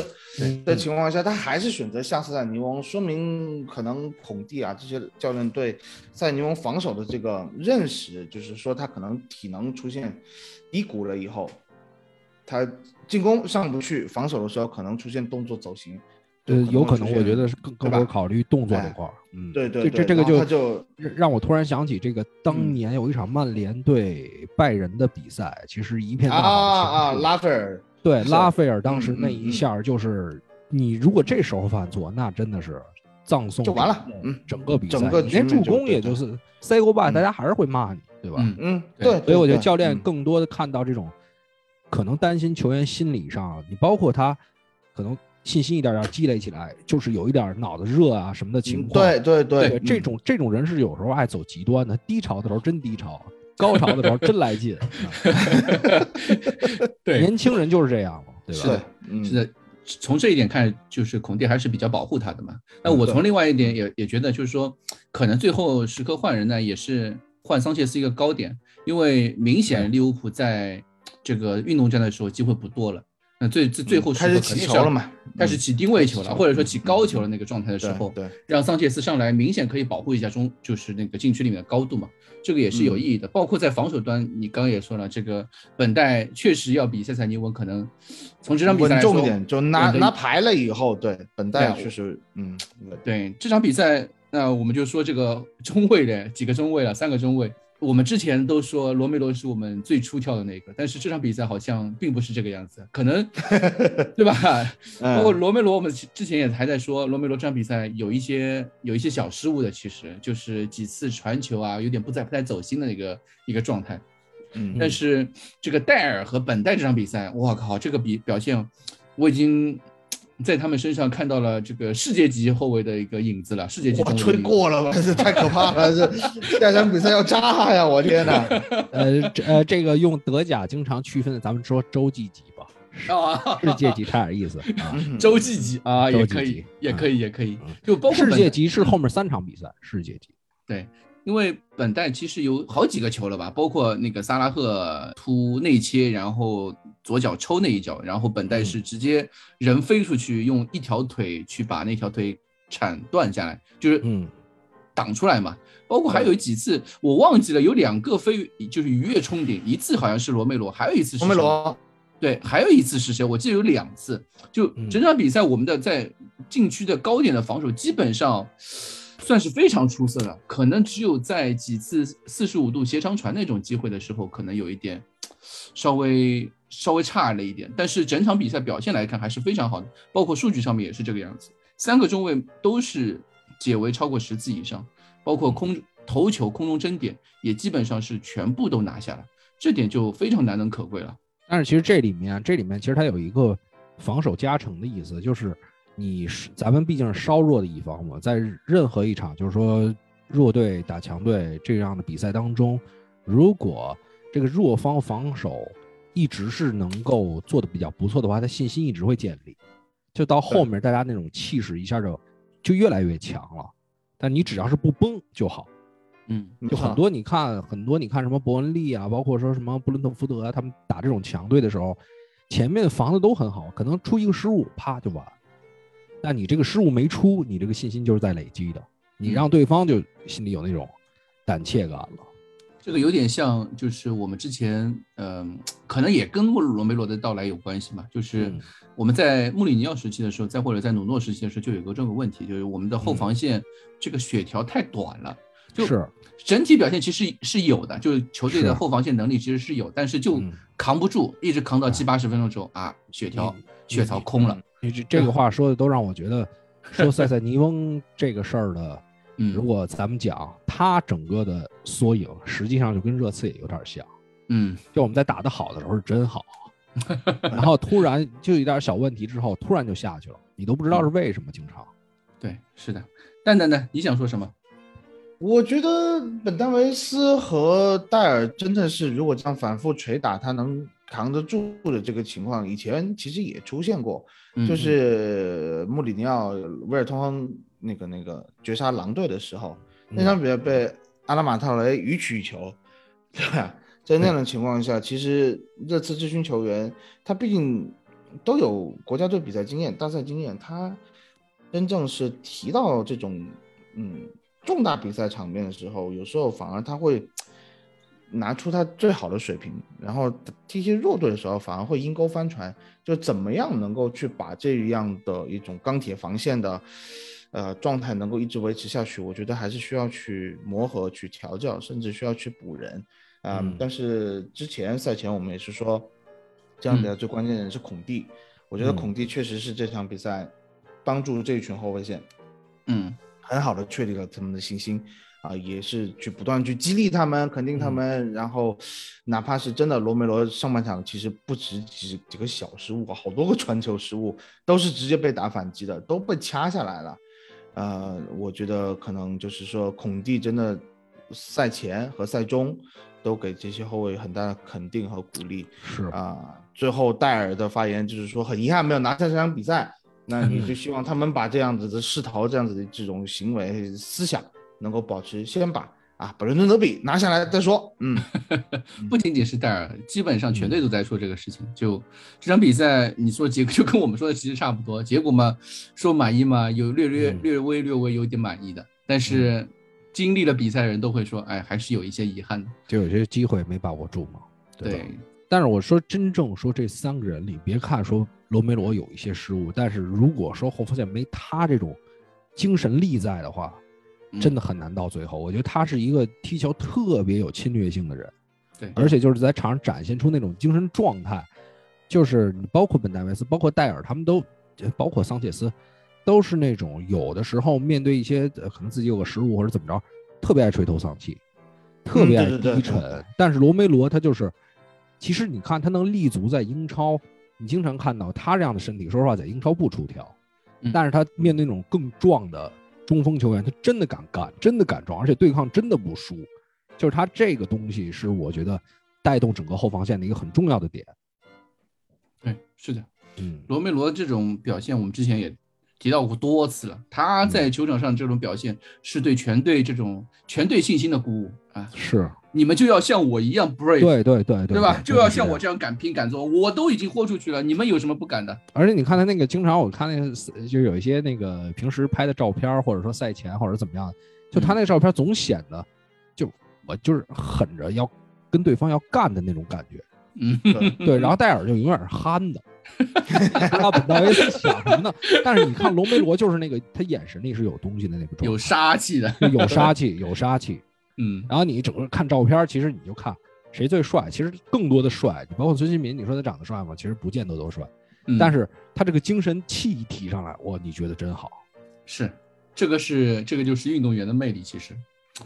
S7: 的情况下，他还是选择夏斯坦尼翁，说明可能孔蒂啊这些教练对塞尼翁防守的这个认识，就是说他可能体能出现低谷了以后，他进攻上不去，防守的时候可能出现动作走形。
S8: 呃，有可
S7: 出
S8: 能
S7: 现
S8: 我觉得是更更
S7: 对吧
S8: 多考虑动作这
S7: 哎
S8: 块儿，嗯，
S7: 对对
S8: 这
S7: 对
S8: 这这个
S7: 然后
S8: 就
S7: 他就
S8: 让让我突然想起这个当
S7: 嗯
S8: 年有一场曼联对拜仁的比赛，其实一片
S7: 啊
S8: 大好的
S7: 啊，
S8: 情况
S7: 拉斐尔，
S8: 对
S7: 是
S8: 拉斐尔当时
S7: 嗯
S8: 那
S7: 嗯
S8: 一
S7: 嗯
S8: 下儿就是，你如果这时候犯错，那真的是葬送
S7: 就完
S8: 整
S7: 了
S8: 个
S7: 嗯
S8: 整个比赛，
S7: 整个
S8: 你
S7: 局
S8: 连
S7: 面
S8: 助
S7: 就
S8: 攻
S7: 对
S8: 也
S7: 对
S8: 就是 say goodbye，大
S7: 嗯
S8: 家还是会骂你，对吧？
S6: 嗯，
S7: 嗯，
S6: 对
S7: 对，
S8: 所以我觉得
S7: 对
S8: 教练
S7: 嗯
S8: 更多的看到这种，可能担心球员心理上，你包括他可能信心一点点积累起来，就是有一点脑子热啊什么的情
S7: 嗯
S8: 况。
S7: 对嗯对对
S8: 对，
S6: 嗯
S8: 这种这种人是有时候爱走极端的，低潮的时候真低潮，高潮的时候真来
S6: <laughs>
S8: 劲。啊
S6: 对，
S8: 年轻人就是这样嘛，对
S7: 是
S8: 吧？
S7: 的，嗯
S6: 是的。从这一点看，就是孔蒂还是比较保护他的嘛。那我从另外一点也也觉得，就是说，可能最后时刻换人呢，也是换桑切斯一个高点，因为明
S7: 嗯
S6: 显利物浦在这个运动战的时候机会不多了。那最最最后时
S7: 嗯开始
S6: 刻
S7: 起
S6: 肯定
S7: 球
S6: 是要
S7: 了嘛，
S6: 开始
S7: 嗯
S6: 起定位球
S7: 起
S6: 了，
S7: 球嗯
S6: 或者说起高球的那个状态的时
S7: 对
S6: 候，
S7: 对，
S6: 让桑切斯上来，明显可以保护一下中，就是那个禁区里面的高度嘛，这个也是
S7: 嗯
S6: 有意义的。包括在防守端，你刚刚也说了，这个本代确实要比塞塞尼翁可能从这场比赛
S7: 稳
S6: 来
S7: 重
S6: 说，
S7: 点，就拿
S6: 对
S7: 拿牌了以后，对，本
S6: 对
S7: 代
S6: 啊
S7: 确
S6: 我
S7: 实，嗯，对
S6: 对这场比赛，那我们就说这个 <laughs> 中卫的几个中卫了，三个中卫。我们之前都说罗梅罗是我们最出挑的那个，但是这场比赛好像并不是这个样子，可能 <laughs> 对吧？包括
S7: 嗯，
S6: 罗梅罗，我们之前也还在说，罗梅罗这场比赛有一些有一些小失误的，其实就是几次传球啊，有点不太不太走心的一个一个状态。
S7: 嗯
S6: 但是这个戴尔和本代这场比赛，我靠，这个比表现，我已经在他们身上看到了这个世界级后卫的一个影子了，世界级
S7: 我
S6: 中卫的
S7: 吹
S6: 影子 <laughs>
S7: 过了吧， <laughs> 这太可怕了，这下场比赛要炸呀！我天哪，
S8: <laughs>
S6: <laughs>
S8: 呃，这呃，这个用德甲经常区分的，咱们说洲际级吧，
S6: <laughs> 啊，
S8: 世界级差点意思啊。
S7: 嗯
S6: 洲际级啊，也可
S8: 洲际
S6: 以
S8: 级，
S6: 也可以，也可以
S8: 嗯，
S6: 就包括
S8: 世
S6: 本
S8: 界
S6: 代
S8: 级是后面三场比赛，世界级。
S6: 因为本代其实有好几个球了吧，包括那个萨拉赫突内切，然后左脚抽那一脚，然后本
S7: 嗯
S6: 代是直接人飞出去，用一条腿去把那条腿铲断下来，就是
S8: 嗯，
S6: 挡出来嘛。包括还有几次我忘记了，有两个飞就是鱼跃冲顶，一次好像是罗梅罗，还有一次是
S7: 红梅
S6: 谁
S7: 罗，
S6: 对，还有一次是谁？我记得有两次，就
S8: 嗯
S6: 整场比赛我们的在禁区的高点的防守基本上算是非常出色了，可能只有在几次四十五度斜长传那种机会的时候，可能有一点稍微稍微差了一点，但是整场比赛表现来看还是非常好的，包括数据上面也是这个样子，三个中卫都是解围超过十次以上，包括空头球、空中争点也基本上是全部都拿下了，这点就非常难能可贵了。
S8: 但是其实这里面，这里面其实它有一个防守加成的意思，就是你是咱们毕竟是稍弱的一方嘛，在任何一场就是说弱队打强队这样的比赛当中，如果这个弱方防守一直是能够做的比较不错的话，他信心一直会建立，就到后面大家那种气势一下就就越来越强了。但你只要是不崩就好。
S6: 嗯，
S7: 没
S8: 就很
S7: 错
S8: 多你看很多你看什么伯恩利啊，包括说什么布伦特福德啊，他们打这种强队的时候，前面防的都很好，可能出一个失误，啪就完。但你这个失误没出，你这个信心就是在累积的，你
S6: 嗯
S8: 让对方就心里有那种胆怯感了。
S6: 这个有点像，就是我们之前，嗯、可能也跟穆罗梅罗的到来有关系嘛。就是
S8: 嗯，
S6: 我们在穆里尼奥时期的时候，再或者在努诺时期的时候，就有个这个问题，就是我们的后防线这个血条太短了。就是整体表现其实是有的，就是球队
S8: 是
S6: 的后防线能力其实是有，但是就
S8: 嗯
S6: 扛不住，一直扛到七八十分钟之后啊，血条
S8: 嗯
S6: 血槽空了。
S8: 你这这个话说的都让我觉
S6: <laughs>
S8: 得，说塞塞尼翁这个事儿的，
S6: 嗯，
S8: 如果咱们讲他整个的缩影，实际上就跟热刺也有点像。
S6: 嗯
S8: 就我们在打得好的时候是真好，然后突然就有点小问题之后，突然就下去了，你都不知道是为什么。经常，
S6: 对是的，蛋蛋蛋，你想说什么？
S7: 我觉得本戴维斯和戴尔真的是，如果这样反复捶打，他能扛得住的这个情况，以前其实也出现过，
S6: 嗯
S7: 就
S6: 嗯
S7: 是穆里尼奥威尔通亨那个那个绝杀狼队的时候，
S6: 嗯
S7: 那场比赛被阿拉马特雷予取予求，对吧？在那种情况下，其实热刺这群球员，他毕竟都有国家队比赛经验、大赛经验，他真正是提到这种嗯重大比赛场面的时候，有时候反而他会拿出他最好的水平，然后踢一些弱队的时候，反而会阴沟翻船。就怎么样能够去把这样的一种钢铁防线的呃状态能够一直维持下去，我觉得还是需要去磨合、去调教，甚至需要去补人。啊、
S8: 嗯
S7: 但是之前赛前我们也是说，这样的最关键的人是孔蒂，我觉得
S8: 嗯
S7: 孔蒂确实是这场比赛帮助这一群后卫线
S6: 嗯
S7: 很好的确立了他们的信心啊、也是去不断去激励他们、肯定他们，然后哪怕是真的罗梅罗上半场其实不止几几个小失误，好多个传球失误都是直接被打反击的，都被掐下来了。呃，我觉得可能就是说孔蒂真的赛前和赛中都给这些后卫很大的肯定和鼓励。
S8: 是
S7: 啊、最后戴尔的发言就是说很遗憾没有拿下这场比赛，那你就希望他们把这样子的势头、这样子的这种行为思想能够保持，先把啊本伦敦德比拿下来再说。嗯，
S6: 不仅仅是戴尔，基本上
S8: 嗯
S6: 全队都在说这个事情。就这场比赛，你说结果 <laughs> 就跟我们说的其实差不多。结果嘛，说满意嘛，有略略
S8: 嗯
S6: 略微略微有点满意的，但是经历了比赛的人都会说，哎，还是有一些遗憾的。
S8: 就有些机会没把握住嘛，吧？
S6: 对，
S8: 但是我说真正说这三个人里，别看说罗梅罗有一些失误，但是如果说后防线没他这种精神力在的话，
S6: 嗯
S8: 真的很难到最后。我觉得他是一个踢球特别有侵略性的人，
S6: 对
S8: 而且就是在场上展现出那种精神状态，就是你包括本戴维斯，包括戴尔，他们都包括桑切斯，都是那种有的时候面对一些呃可能自己有个失误或者怎么着，特别爱垂头丧气，特别爱
S6: 嗯
S7: 对对对
S8: 低沉。
S7: 对对
S8: 但是罗梅罗他就是，其实你看他能立足在英超，你经常看到他这样的身体，说实话在英超不出挑，
S6: 嗯
S8: 但是他面对那种更壮的中锋球员，他真的敢干，真的敢撞，而且对抗真的不输。就是他这个东西是我觉得带动整个后防线的一个很重要的点。
S6: 对，是的。
S8: 嗯，
S6: 罗梅罗这种表现，我们之前也提到过多次了。他
S8: 嗯
S6: 在球场上这种表现，是对全队这种全队信心的鼓舞啊！
S8: 是
S6: 你们就要像我一样 brave，
S8: 对对对对
S6: 对吧？就要像
S8: 这。
S6: 我这样敢拼敢做，我都已经豁出去了，你们有什么不敢的？
S8: 而且你看他那个，经常我看那个，就有一些那个平时拍的照片儿，或者说赛前或者怎么样，就他那个照片总显得，就我就是狠着要跟对方要干的那种感觉。
S6: 嗯，
S7: <laughs> 对，
S8: 对，然后戴尔就永远是憨的，那本戴维斯想什么呢？但是你看罗梅罗就是那个，他眼神里是有东西的那个状
S6: 有杀气的，
S8: 态，有杀气，有杀气。
S6: 嗯，
S8: 然后你整个看照片儿，其实你就看谁最帅，其实更多的帅，你包括孙兴民，你说他长得帅吗？其实不见得多帅。
S6: 嗯
S8: 但是他这个精神气一提上来，哇，你觉得真好。
S6: 是这个是这个就是运动员的魅力，其实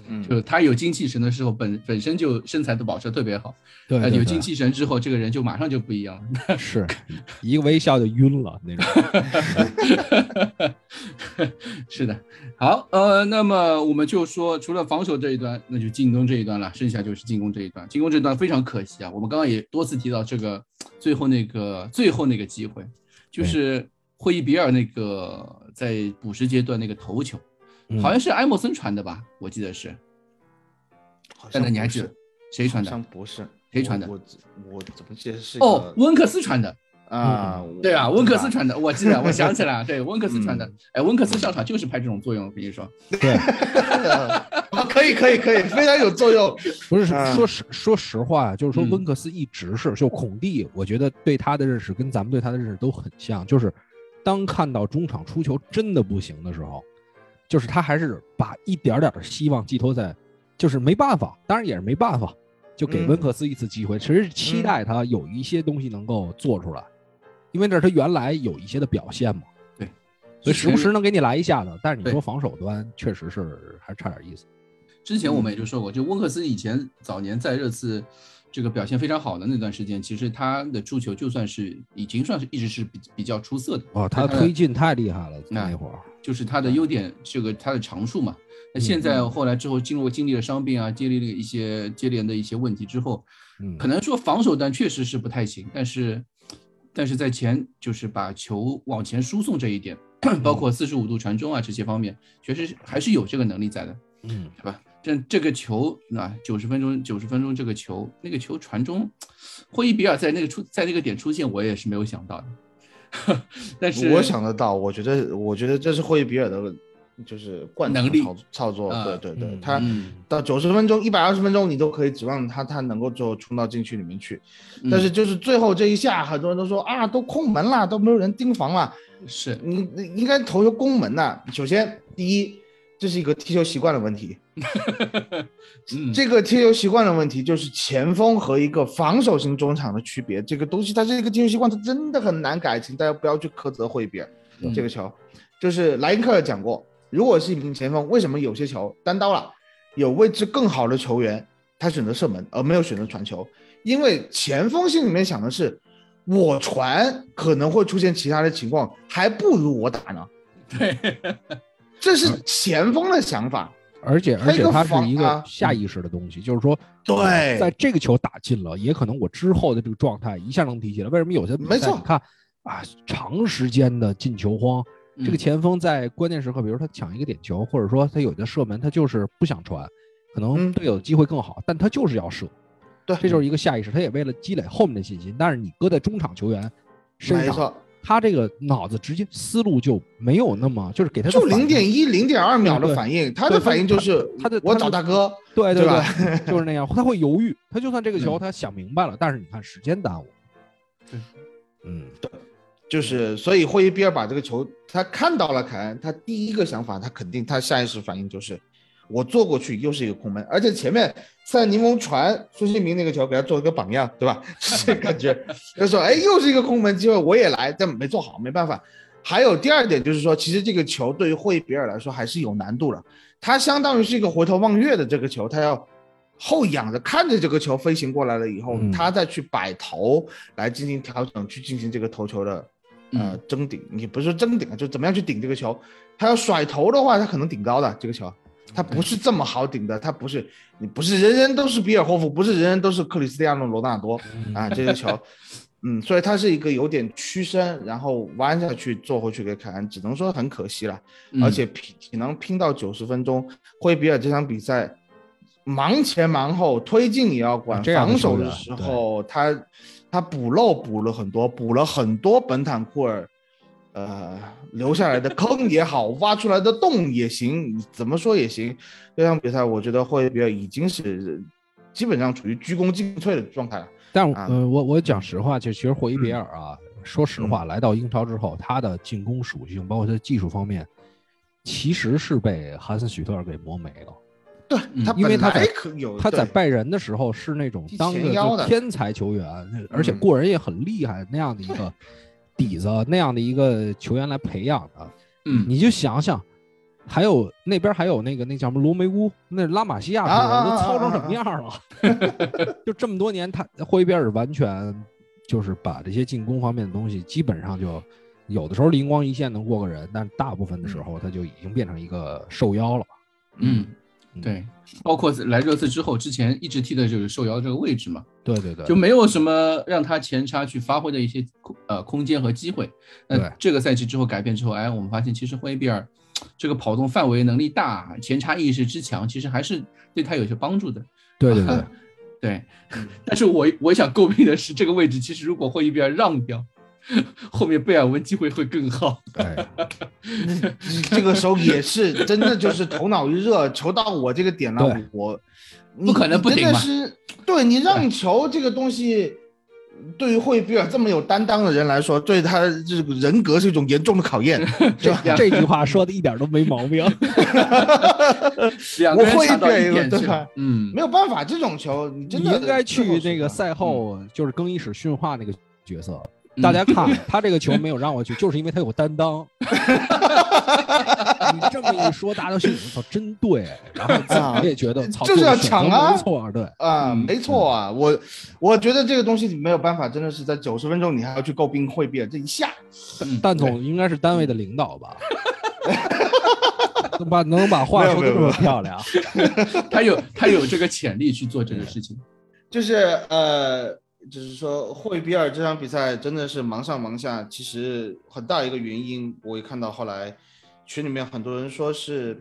S7: 嗯
S6: 就是他有精气神的时候，本本身就身材的保持得特别好，
S8: 对
S6: 呃有精气神之后，这个人就马上就不一样
S8: <laughs>
S6: 了。
S8: 是一个微笑就晕了那
S6: <laughs>
S8: 种。
S6: 是的，好，呃，那么我们就说，除了防守这一端，那就进攻这一端了，剩下就是进攻这一端。进攻这一端非常可惜啊，我们刚刚也多次提到这个最后那个最后那个机会，就是霍伊比尔那个在补时阶段那个头球，
S8: 嗯
S6: 好像是埃莫森传的吧，我记得是，
S7: 好
S6: 蛋
S7: 像
S6: 蛋你还
S7: 不
S6: 记得
S7: 是
S6: 谁传
S7: 好像
S6: 的？
S7: 不是
S6: 谁传的
S7: 我我我怎么记得是一个
S6: 哦，温克斯传的，
S7: 啊，我
S6: 对啊，温克斯
S7: 吧
S6: 传的，我记得，我想起
S7: <laughs>
S6: 来了，对，温克斯传的
S7: 嗯，
S6: 哎，温克斯上场就是派这种作用，我跟你说，
S8: 对，
S7: 啊，可以可以可以，非常有作用。
S8: 不是说
S7: 嗯
S8: 说实说实话，啊就是说
S6: 嗯
S8: 温克斯一直是就孔蒂，我觉得对他的认识跟咱们对他的认识都很像，就是当看到中场出球真的不行的时候，就是他还是把一点点的希望寄托在，就是没办法，当然也是没办法，就给
S7: 嗯
S8: 温克斯一次机会，其实是期待他有一些东西能够做出来，因为这是他原来有一些的表现嘛。
S6: 对，
S8: 所以时不时能给你来一下子，但是你
S6: 对
S8: 说防守端确实是还差点意思。
S6: 之前我们也就说过，就温克斯以前早年在热刺这个表现非常好的那段时间，其实他的出球就算是已经算是一直是比比较出色的，
S8: 哦，他
S6: 的
S8: 推进太厉害了，
S6: 那
S8: 那会儿
S6: 就是他的优点，这个他的长处嘛。那现在后来之后经过经历了伤病啊，经历了一些接连的一些问题之后，
S8: 嗯
S6: 可能说防守端确实是不太行，但是但是在前就是把球往前输送这一点，包括四十五度传中啊这些方面，确实还是有这个能力在的，
S8: 嗯
S6: 对吧？这这个球啊，九十分钟九十分钟这个球，那个球传中，霍伊比尔在那个出在那个点出现，我也是没有想到的， <laughs> 但是
S7: 我想得到，我觉得，我觉得这是霍伊比尔的，就是惯常
S6: 能力
S7: 操操作。
S6: 啊
S7: 对对对，
S8: 嗯
S7: 他
S6: 嗯
S7: 到九十分钟、一百二十分钟，你都可以指望他他能够最后冲到禁区里面去。
S6: 嗯
S7: 但是就是最后这一下，很多人都说啊，都空门了，都没有人盯防了，
S6: 是
S7: 你你应该投球攻门呐。首先，第一，这是一个踢球习惯的问题。
S6: 嗯
S7: 这个踢球习惯的问题就是前锋和一个防守型中场的区别。这个东西，它这个踢球习惯，它真的很难改，请大家不要去苛责霍伊比尔。
S6: 嗯
S7: 这个球，就是莱因克尔讲过，如果是一名前锋，为什么有些球单刀了，有位置更好的球员，他选择射门而没有选择传球？因为前锋心里面想的是，我传可能会出现其他的情况，还不如我打呢。
S6: 对，
S7: 这是前锋的想法。
S8: 而且
S7: 他
S8: 而
S7: 一
S8: 且
S7: 个
S8: 它是
S7: 防
S8: 一个
S7: 啊
S8: 下意识的东西，就是说，
S7: 对
S8: 我在这个球打进了，也可能我之后的这个状态一下能提起来。为什么有些比赛
S7: 没错
S8: 你看啊，长时间的进球荒，这个前锋在关键时刻，比如他抢一个点球，或者说他有的射门，他就是不想传，可能
S7: 嗯
S8: 队友的机会更好，但他就是要射，
S7: 对
S8: 这就是一个下意识，他也为了积累后面的信心。但是你搁在中场球员身
S7: 没
S8: 上，
S7: 错，
S8: 他这个脑子直接思路就没有那么，就是给他的
S7: 就
S8: 反
S7: 零
S8: 应
S7: 点一、零点二秒
S8: 对
S7: 的
S8: 对
S7: 反应，他
S8: 对
S7: 的
S8: 他
S7: 反应就是
S8: 他的
S7: 我
S8: 他的
S7: 找大哥。
S8: 对
S7: 对吧嗯
S8: 对，就是那样，他会犹豫，他就算这个球他想明白了，但是你看时间耽误
S6: 对，
S8: 嗯，
S7: 就是，所以霍伊比尔把这个球，他看到了凯恩，他第一个想法，他肯定他下意识反应就是，我坐过去又是一个空门，而且前面塞柠檬传孙兴民那个球给他做了个榜样，对吧？ <laughs> 这感觉就说，哎，又是一个空门机会，我也来，但没做好，没办法。还有第二点就是说，其实这个球对于霍伊比尔来说还是有难度的，他相当于是一个回头望月的这个球，他要后仰着看着这个球飞行过来了以后，
S8: 嗯
S7: 他再去摆头来进行调整，去进行这个头球的呃
S6: 嗯
S7: 争顶，也不是说争顶啊，就怎么样去顶这个球。他要甩头的话，他可能顶高的这个球，他不是这么好顶的，他不是你不是人人都是比尔霍夫，不是人人都是克里斯蒂亚诺罗纳尔多啊，这个球。嗯，所以他是一个有点屈身，然后弯下去坐回去给凯恩，只能说很可惜了。
S6: 嗯
S7: 而且拼只能拼到九十分钟。霍伊比尔这场比赛忙前忙后，推进也要管
S8: 啊，这样的
S7: 防
S8: 球
S7: 守
S8: 员
S7: 的时候他他补漏补了很多，补了很多本坦库尔。呃，留下来的坑也好，挖出来的洞也行，怎么说也行。这场比赛，我觉得霍伊比尔已经是基本上处于鞠躬尽瘁的状态了。
S8: 但我
S7: 啊嗯
S8: 呃，我我讲实话，就其实霍伊比尔啊，说实话，来到英超之后，他的进攻属性，包括他的技术方面，其实是被韩森许特尔给磨没了。
S7: 对
S6: 嗯
S7: 他
S8: 因为
S7: 本
S8: 他在
S7: 来可有
S8: 他在
S7: 哦对
S8: 拜仁的时候是那种
S7: 踢
S8: 当
S7: 前
S8: 个
S7: 腰
S8: 就
S7: 的
S8: 天才球员，那而且
S7: 嗯
S8: 过人也很厉害那样的一个底子，那样的一个球员来培养的。
S6: 嗯
S8: 你就想想，还有那边还有那个那叫什么罗梅乌，那拉玛西亚
S7: 啊啊
S8: 球员
S7: 啊啊
S8: 都
S7: 啊
S8: 操成什么样了？ <laughs> 就这么多年，他霍伊比尔完全就是把这些进攻方面的东西，基本上就有的时候灵光一现能过个人，但大部分的时候他就已经变成一个受邀了。
S6: 嗯
S8: 嗯
S6: 对，包括来热刺之后，之前一直踢的就是受邀这个位置嘛，
S8: 对对对，
S6: 就没有什么让他前插去发挥的一些空呃空间和机会。那
S8: 对
S6: 这个赛季之后改变之后，哎，我们发现其实霍伊比尔这个跑动范围能力大，前插意识之强，其实还是对他有些帮助的。
S8: 对对对，
S6: 对，
S7: 嗯
S6: <laughs> 但是我我想诟病的是这个位置，其实如果霍伊比尔让掉，后面贝尔温机会会更好。 <laughs>
S8: 哎，
S7: <laughs> 这个时候也是真的就是头脑一热，球到我这个点了
S8: 对，
S7: 我你
S6: 不可能不
S7: 你
S6: 顶
S7: 真的
S6: 嘛
S7: 是对你让球这个东西，对于霍伊比尔这么有担当的人来说，对他这个人格是一种严重的考
S6: <laughs>
S7: 验。
S8: 这这句话说的一点都没毛病。
S6: 两个人
S7: 我会
S6: 差到
S7: 对
S6: 一点
S7: 对
S6: 去了
S7: 吧，
S6: 嗯
S7: <laughs> 没，有办法，这种球你真
S8: 你
S7: 的
S8: 应该
S7: 最
S8: 去
S7: 后
S8: 那个
S7: 是吧
S8: 赛后，就是更衣室训话那个角色，大家看他这个球没有让我去，就是因为他有担当。你这么一说，大家都心里操，真对。然后自己也觉得操，
S7: 就是要抢啊
S8: 没错，对，
S7: 啊，
S6: 嗯
S7: 没错啊，我我觉得这个东西你没有办法，真的是在九十分钟你还要去诟病汇变这一下，
S8: 蛋总应该是单位的领导
S7: <laughs>
S8: 吧？能把能把话说的这么漂亮，
S6: 他有他有这个潜力去做这个事情。
S7: 就是呃，就是说霍伊比尔这场比赛真的是忙上忙下，其实很大一个原因，我也看到后来群里面很多人说是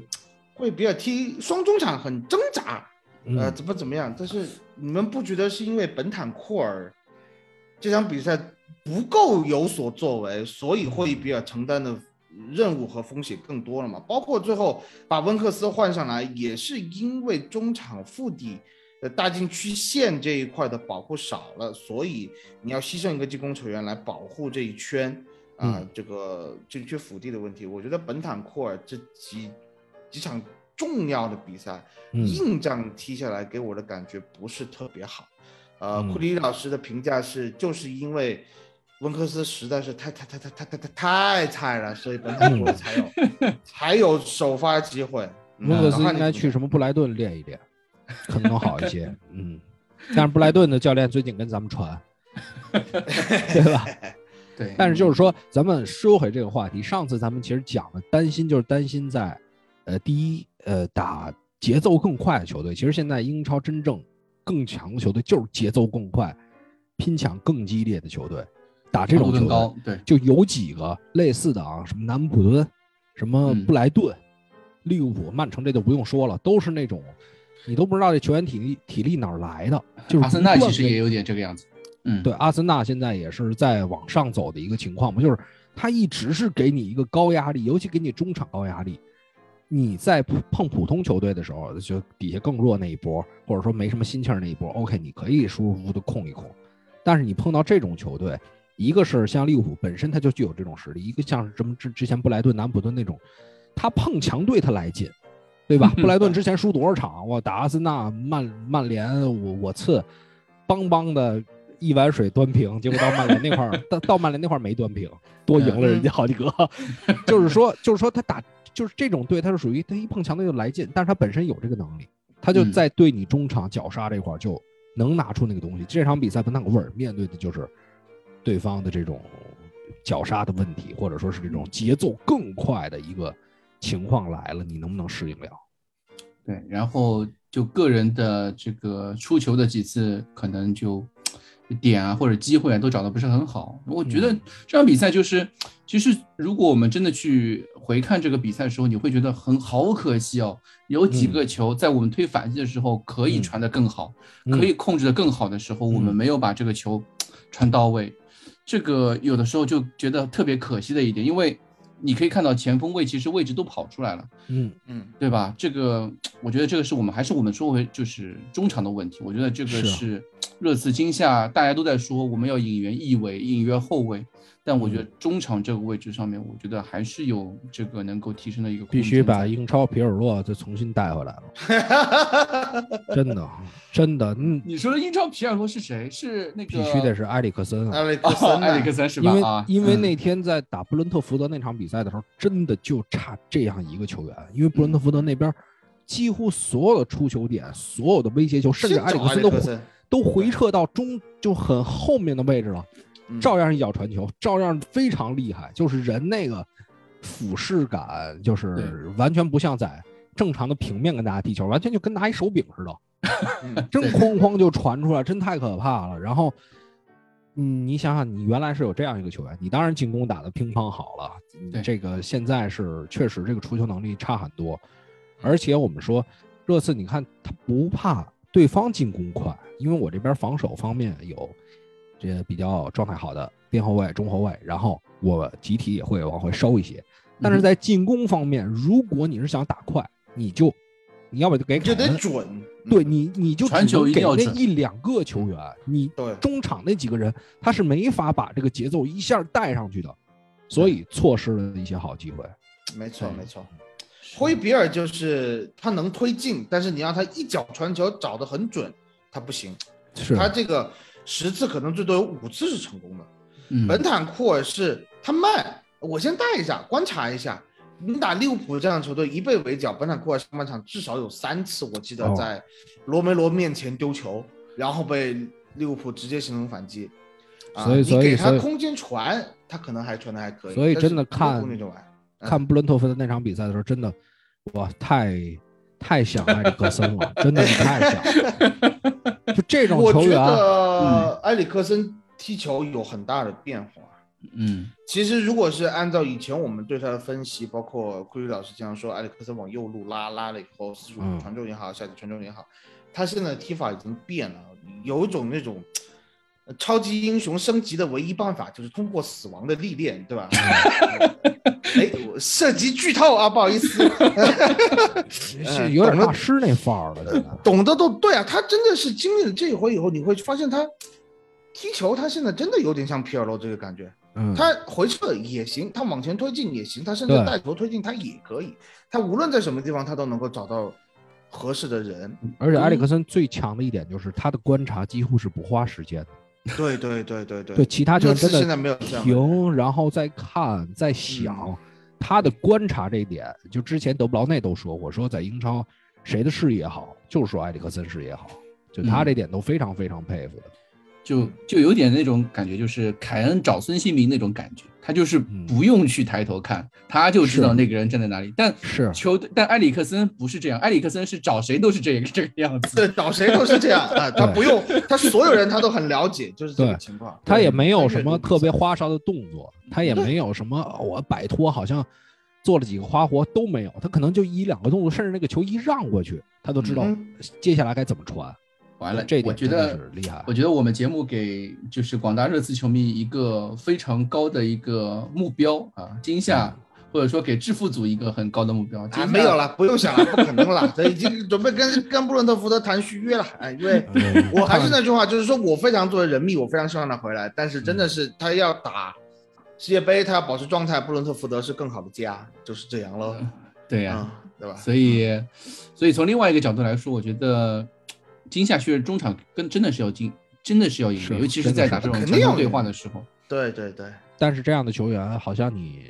S7: 霍伊比尔踢双中场很挣扎，呃，
S8: 嗯
S7: 怎么怎么样？但是你们不觉得是因为本坦库尔这场比赛不够有所作为，所以霍伊比尔承担的任务和风险更多了吗？包括最后把温克斯换上来，也是因为中场腹地的大禁区线这一块的保护少了，所以你要牺牲一个进攻球员来保护这一圈啊、
S8: 嗯
S7: 这个禁区腹地的问题。我觉得本坦库尔这几几场重要的比赛。
S8: 嗯
S7: 硬仗踢下来给我的感觉不是特别好。呃，
S8: 嗯
S7: 库里老师的评价是，就是因为温克斯实在是太太太太太太太太菜了，所以本场
S8: 嗯
S7: 我才有 <laughs> 才有首发机会。嗯
S8: 温克斯
S7: 老汉
S8: 应
S7: 你
S8: 该
S7: 怎么
S8: 去什么布莱顿练一练，可能能好一些。嗯，但是布莱顿的教练最近跟咱们传，
S7: <laughs>
S8: 对吧？
S6: 对，
S8: 但是就是说，咱们说回这个话题，上次咱们其实讲的担心就是担心在，呃，第一，呃，打节奏更快的球队。其实现在英超真正更强的球队就是节奏更快、拼抢更激烈的球队，打这种
S6: 强
S8: 球队
S6: 度更高，对，
S8: 就有几个类似的啊，什么南普敦、什么
S6: 嗯
S8: 布莱顿、利物浦、曼城，这就不用说了，都是那种你都不知道这球员体力体力哪儿来的，就是
S6: 阿森纳
S8: 不断
S6: 其实
S8: 给
S6: 也有点这个样子。嗯，
S8: 对，阿森纳现在也是在往上走的一个情况嘛，就是他一直是给你一个高压力，尤其给你中场高压力。你在普碰普通球队的时候，就底下更弱那一波，或者说没什么心气儿那一波，OK，你可以舒舒服服的控一控。但是你碰到这种球队，一个是像利物浦本身它就具有这种实力，一个像是什么之之前布莱顿、南普顿那种，他碰强队他来劲，对 <laughs> 吧？布莱顿之前输多少场？我打阿森纳、曼曼联，我我次，邦邦的一碗水端平，结果到曼联那块 <laughs> 儿，到到曼联那块儿没端平，多赢了人家好几个。就是说，就是说他打就是这种队，他是属于他一碰强队就来劲，但是他本身有这个能力，他就
S6: 嗯
S8: 在对你中场绞杀这块儿就能拿出那个东西。这场比赛本坦库尔面对的就是对方的这种绞杀的问题，或者说是这种节奏更快的一个情况来了，你能不能适应了？
S6: 对，然后就个人的这个出球的几次，可能就点啊或者机会啊都找的不是很好。我觉得
S8: 嗯
S6: 这场比赛就是，其实如果我们真的去回看这个比赛的时候，你会觉得很好可惜哦，有几
S8: 嗯
S6: 个球在我们推反击的时候可以
S8: 嗯
S6: 传得更好，
S8: 嗯
S6: 可以控制得更好的时候，我们
S8: 嗯
S6: 没有把这个球传到位。这个有的时候就觉得特别可惜的一点，因为你可以看到前锋位其实位置都跑出来了。
S8: 嗯
S7: 嗯，
S6: 对吧？这个我觉得这个是我们还是我们说回就是中场的问题。我觉得这个
S8: 是啊
S6: 是热刺今夏大家都在说我们要引援翼位、引援后卫，但我觉
S8: 嗯
S6: 得中场这个位置上面，我觉得还是有这个能够提升的一个空
S8: 必
S6: 间
S8: 须把
S6: 在
S8: 英超皮尔洛再重新带回 <laughs> 来了，真的，真的， <laughs> 嗯，
S6: 你说的英超皮尔洛是谁？是那个
S8: 必须得是埃里克森啊，
S7: 埃里克
S6: 哦，
S7: 森啊，
S6: 埃里克森是吧
S8: 因？为
S6: 啊，
S8: 因为
S6: 嗯
S8: 那天在打布伦特福德那场比赛的时候，真的就差这样一个球员，因为布伦特福德那边几乎所有的出球点、所有的威胁球，甚至
S7: 是
S8: 埃里
S7: 找
S8: 克
S7: 埃
S8: 森
S7: 里
S8: 都
S7: 克森，
S8: 都回撤到中就很后面的位置了，
S7: 嗯
S8: 照样一脚传球，照样非常厉害，就是人那个俯视感，就是
S6: 对
S8: 完全不像在正常的平面跟大家踢球，完全就跟拿一手柄似的，
S7: 嗯 <laughs>
S8: 真
S6: 对
S8: 哐哐就传出来，真太可怕了。然后，嗯，你想想，你原来是有这样一个球员，你当然进攻打得乒乓好了，你
S6: 对
S8: 这个现在是确实这个出球能力差很多，而且我们说热刺，你看他不怕对方进攻快，因为我这边防守方面有这比较状态好的边后卫、中后卫，然后我集体也会往回收一些。但是在进攻方面，如果你是想打快，你就你要不就给
S7: 就
S8: 凯
S7: 得
S8: 恩
S7: 准，嗯
S8: 对你，你就
S6: 传
S8: 只能
S6: 球一
S8: 给
S6: 定要
S8: 那
S6: 准
S8: 一两个球员，你
S7: 对
S8: 中场那几个人他是没法把这个节奏一下带上去的，所以错失了一些好机会。
S7: 没
S8: 嗯
S7: 错没错。
S6: 是
S7: 霍伊比尔就是他能推进，但是你让他一脚传球找得很准，他不行。
S8: 是
S7: 他这个十次可能最多有五次是成功的。
S6: 嗯
S7: 本坦库尔是他慢，我先带一下，观察一下。你打利物浦这样的球队，一被围剿，本坦库尔上半场至少有三次，我记得
S8: 哦
S7: 在罗梅罗面前丢球，然后被利物浦直接形成反击。啊，
S8: 所以所以
S7: 你给
S8: 所
S7: 他
S8: 以
S7: 空间传，他可能还传的还可以。
S8: 所以
S7: 但是
S8: 真的
S7: 没有
S8: 看
S7: 空间就完。嗯
S8: 看布伦特福德那场比赛的时候，真的，哇，太太想埃里克森了，真的是太想了。 <laughs> 就这种
S7: 我
S8: 球
S7: 觉
S8: 员，啊嗯
S7: 得埃里克森踢球有很大的变化。
S6: 嗯
S7: 其实，如果是按照以前我们对他的分析，包括库里老师经常说埃里哎克森往右路拉，拉了以后四处
S8: 嗯
S7: 传中也好，下底传中也好，他现在的踢法已经变了，有一种那种呃超级英雄升级的唯一办法就是通过死亡的历练，对吧？ <laughs> 哎，我涉及剧透啊，不好意思， <laughs>
S6: 哎
S8: 是有点大师那范儿了，现在。
S7: 懂得都对啊，他真的是经历了这一回以后，你会发现他踢球，他现在真的有点像皮尔洛这个感觉。
S8: 嗯，
S7: 他回撤也行，他往前推进也行，他甚至
S8: 对
S7: 带球推进他也可以。他无论在什么地方，他都能够找到合适的人。
S8: 而且埃里
S6: 嗯
S8: 克森最强的一点就是他的观察几乎是不花时间的，
S7: 对对对对对
S8: 对其他球
S7: 热
S8: 员
S7: 刺
S8: 真的
S7: 现在没有这样的人。嗯
S8: 停，然后再看，再想。他的观察这一点，就之前德布劳内都说过，说在英超谁的视野好，就是说埃里克森视野好，就他
S6: 嗯
S8: 这点都非常非常佩服的。
S6: 就就有点那种感觉，就是凯恩找孙兴民那种感觉，他就是
S8: 嗯
S6: 不用去抬头看，他就知道那个人站在哪里。但
S7: 嗯
S8: 是
S6: 球队，但埃里克森不是这样，埃里克森是找谁都是这个这个样
S8: <laughs>
S6: 子。
S7: 对，找谁都是这样啊，他不用，他所有人他都很了解，就是这个
S8: 对
S7: 情况。
S8: 他也
S7: 对
S8: 没有什么特别花哨的动作，他也没有什么哦我摆脱，好像做了几个花活都没有，他可能就一两个动作，甚至那个球一让过去，他都知道
S7: 嗯
S8: 接下来该怎么传。
S6: 完了，
S8: 这一
S6: 我
S8: 点
S6: 觉
S8: 真的
S6: 得
S8: 是厉害
S6: 我。觉得我们节目给就是广大热刺球迷一个非常高的一个目标啊，今
S8: 嗯
S6: 夏或者说给致富组一个很高的目标。今
S7: 啊，
S6: 夏
S7: 没有了，不用想了，不可
S8: <laughs>
S7: 能了，这已经准备跟跟布伦特福德谈续约了，哎，因为
S8: 嗯
S7: 我还是那句话，就是说我非常作为人密，我非常希望他回来，但
S8: 嗯
S7: 是真的是他要打世界杯，他要保持状态，布伦特福德是更好的家，就是这样
S8: 嗯
S7: 喽，
S6: 对呀、
S7: 啊，对吧？
S6: 所以，所以从另外一个角度来说，我觉得今夏确实中场跟真的是要进，真的是要赢的，
S8: 是
S6: 尤其是
S8: 真的
S6: 在
S8: 是
S6: 打这种
S7: 肯
S6: 强
S7: 定要
S6: 强对
S7: 赢
S6: 话的时候。
S7: 对对对，
S8: 但是这样的球员，好像你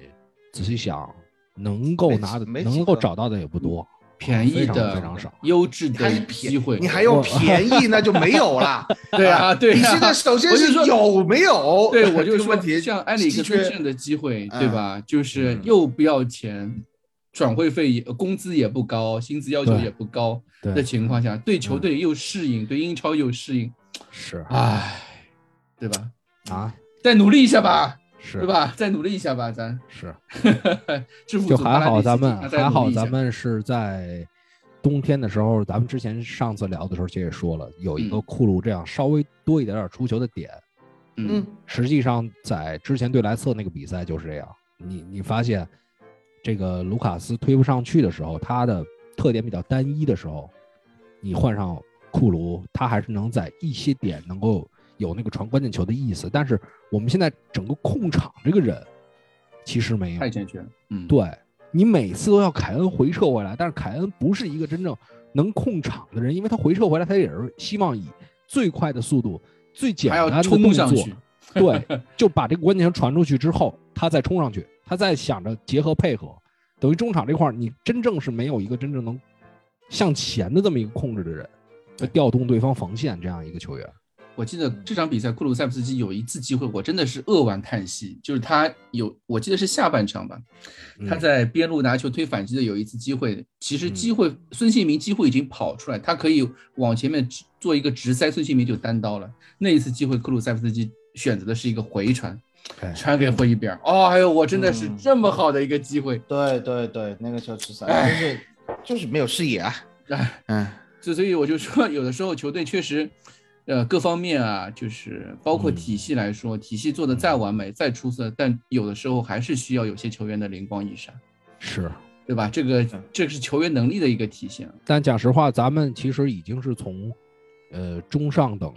S8: 仔细想，能够
S7: 没
S8: 拿的、
S7: 没
S8: 能
S7: 几
S8: 够
S7: 个
S8: 找到的也不多，
S6: 嗯
S8: 啊
S6: 便宜
S8: 非常
S6: 的、
S8: 非常少
S6: 优质
S7: 你还
S6: 的
S7: 是便
S6: 机会，
S7: 你还用便宜，那就没有了。
S6: <laughs> 对啊，对啊。
S7: <laughs> 你
S6: <laughs>
S7: 现在首先
S6: 我就是说
S7: 有没有？ <laughs>
S6: 对，我就是
S7: 这个
S6: 说
S7: 问题，
S6: 像埃里克
S7: 稀
S6: 森
S7: 缺
S6: 这样的机会，对
S7: 嗯
S6: 吧？就是又不要钱，转会费也工资也不高，薪资要求
S8: 对
S6: 也不高
S8: 对
S6: 的情况下，对球
S7: 嗯
S6: 队又适应，对英超又适应， <laughs>
S8: 是
S6: 唉，对吧？
S8: 啊，
S6: 再努力一下吧，
S8: 是
S6: 对？吧？再努力一下吧，
S8: <laughs>
S6: 咱
S8: 是，
S6: 致富
S8: 就还
S6: 组巴拉
S8: 好
S6: 迪斯
S8: 咱
S6: 基
S8: 们
S6: 那再
S8: 还
S6: 努
S8: 好
S6: 力一
S8: 咱
S6: 下
S8: 们是在冬天的时候，咱们之前上次聊的时候，其实也说了，有一个
S6: 嗯
S8: 库鲁这样稍微多一点点出球的点，
S6: 嗯
S7: 嗯，
S8: 实际上在之前对莱斯特那个比赛就是这样，你你发现这个卢卡斯推不上去的时候，他的特点比较单一的时候，你换上库卢，他还是能在一些点能够有那个传关键球的意思。但是我们现在整个控场这个人其实没有
S6: 太，欠缺了，嗯，
S8: 对你每次都要凯恩回撤回来，但是凯恩不是一个真正能控场的人，因为他回撤回来，他也是希望以最快的速度、最简
S6: 还
S8: 单
S6: 要
S8: 的动
S6: 冲上
S8: 作
S6: 去，
S8: 对，就把这个关键球传出去之后，他再冲上去，他再想着结合配合，等于中场这块儿你真正是没有一个真正能向前的这么一个控制的人，就调动对方防线这样一个球员。
S6: 我记得这场比赛，库鲁塞夫斯基有一次机会，我真的是扼腕叹息，就是他有，我记得是下半场吧，他
S8: 嗯
S6: 在边路拿球推反击的有一次机会，其实
S8: 嗯
S6: 机会孙兴民几乎已经跑出来，他可以往前面直做一个直塞，孙兴民就单刀了。那一次机会，克鲁塞夫斯基选择的是一个回传
S8: 哎，
S6: 传给霍伊比尔。哦，哎呦，我真的是
S7: 嗯
S6: 这么好的一个机会，
S7: 对对对，那个球吃散，
S6: 哎
S7: 就是就是没有视野啊
S6: 哎，
S7: 嗯。
S6: 就所以我就说，有的时候球队确实，呃，各方面啊，就是包括
S8: 嗯
S6: 体系来说，体系做的再完美、再出色，但有的时候还是需要有些球员的灵光一闪，
S8: 是，
S6: 对吧？这个
S7: 嗯
S6: 这是球员能力的一个体现。啊
S8: 但讲实话，咱们其实已经是从呃中上等，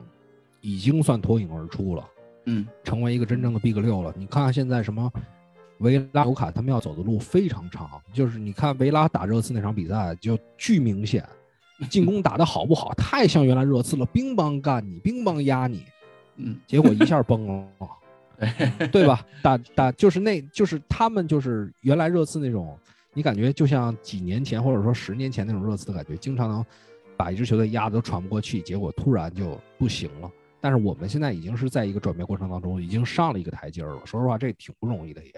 S8: 已经算脱颖而出了。
S6: 嗯，
S8: 成为一个真正的 Big 六了。你看看现在什么维拉、纽卡他们要走的路非常长，就是你看维拉打热刺那场比赛就巨明显，进攻打得好不好，太像原来热刺了，乒乓干你，乒乓压你，
S6: 嗯，
S8: 结果一下崩了。
S6: <laughs>
S8: 对吧？打打就是那就是他们就是原来热刺那种，你感觉就像几年前或者说十年前那种热刺的感觉，经常能把一支球队压得都喘不过气，结果突然就不行了。但是我们现在已经是在一个转变过程当中，已经上了一个台阶儿了。说实话，这挺不容易的也。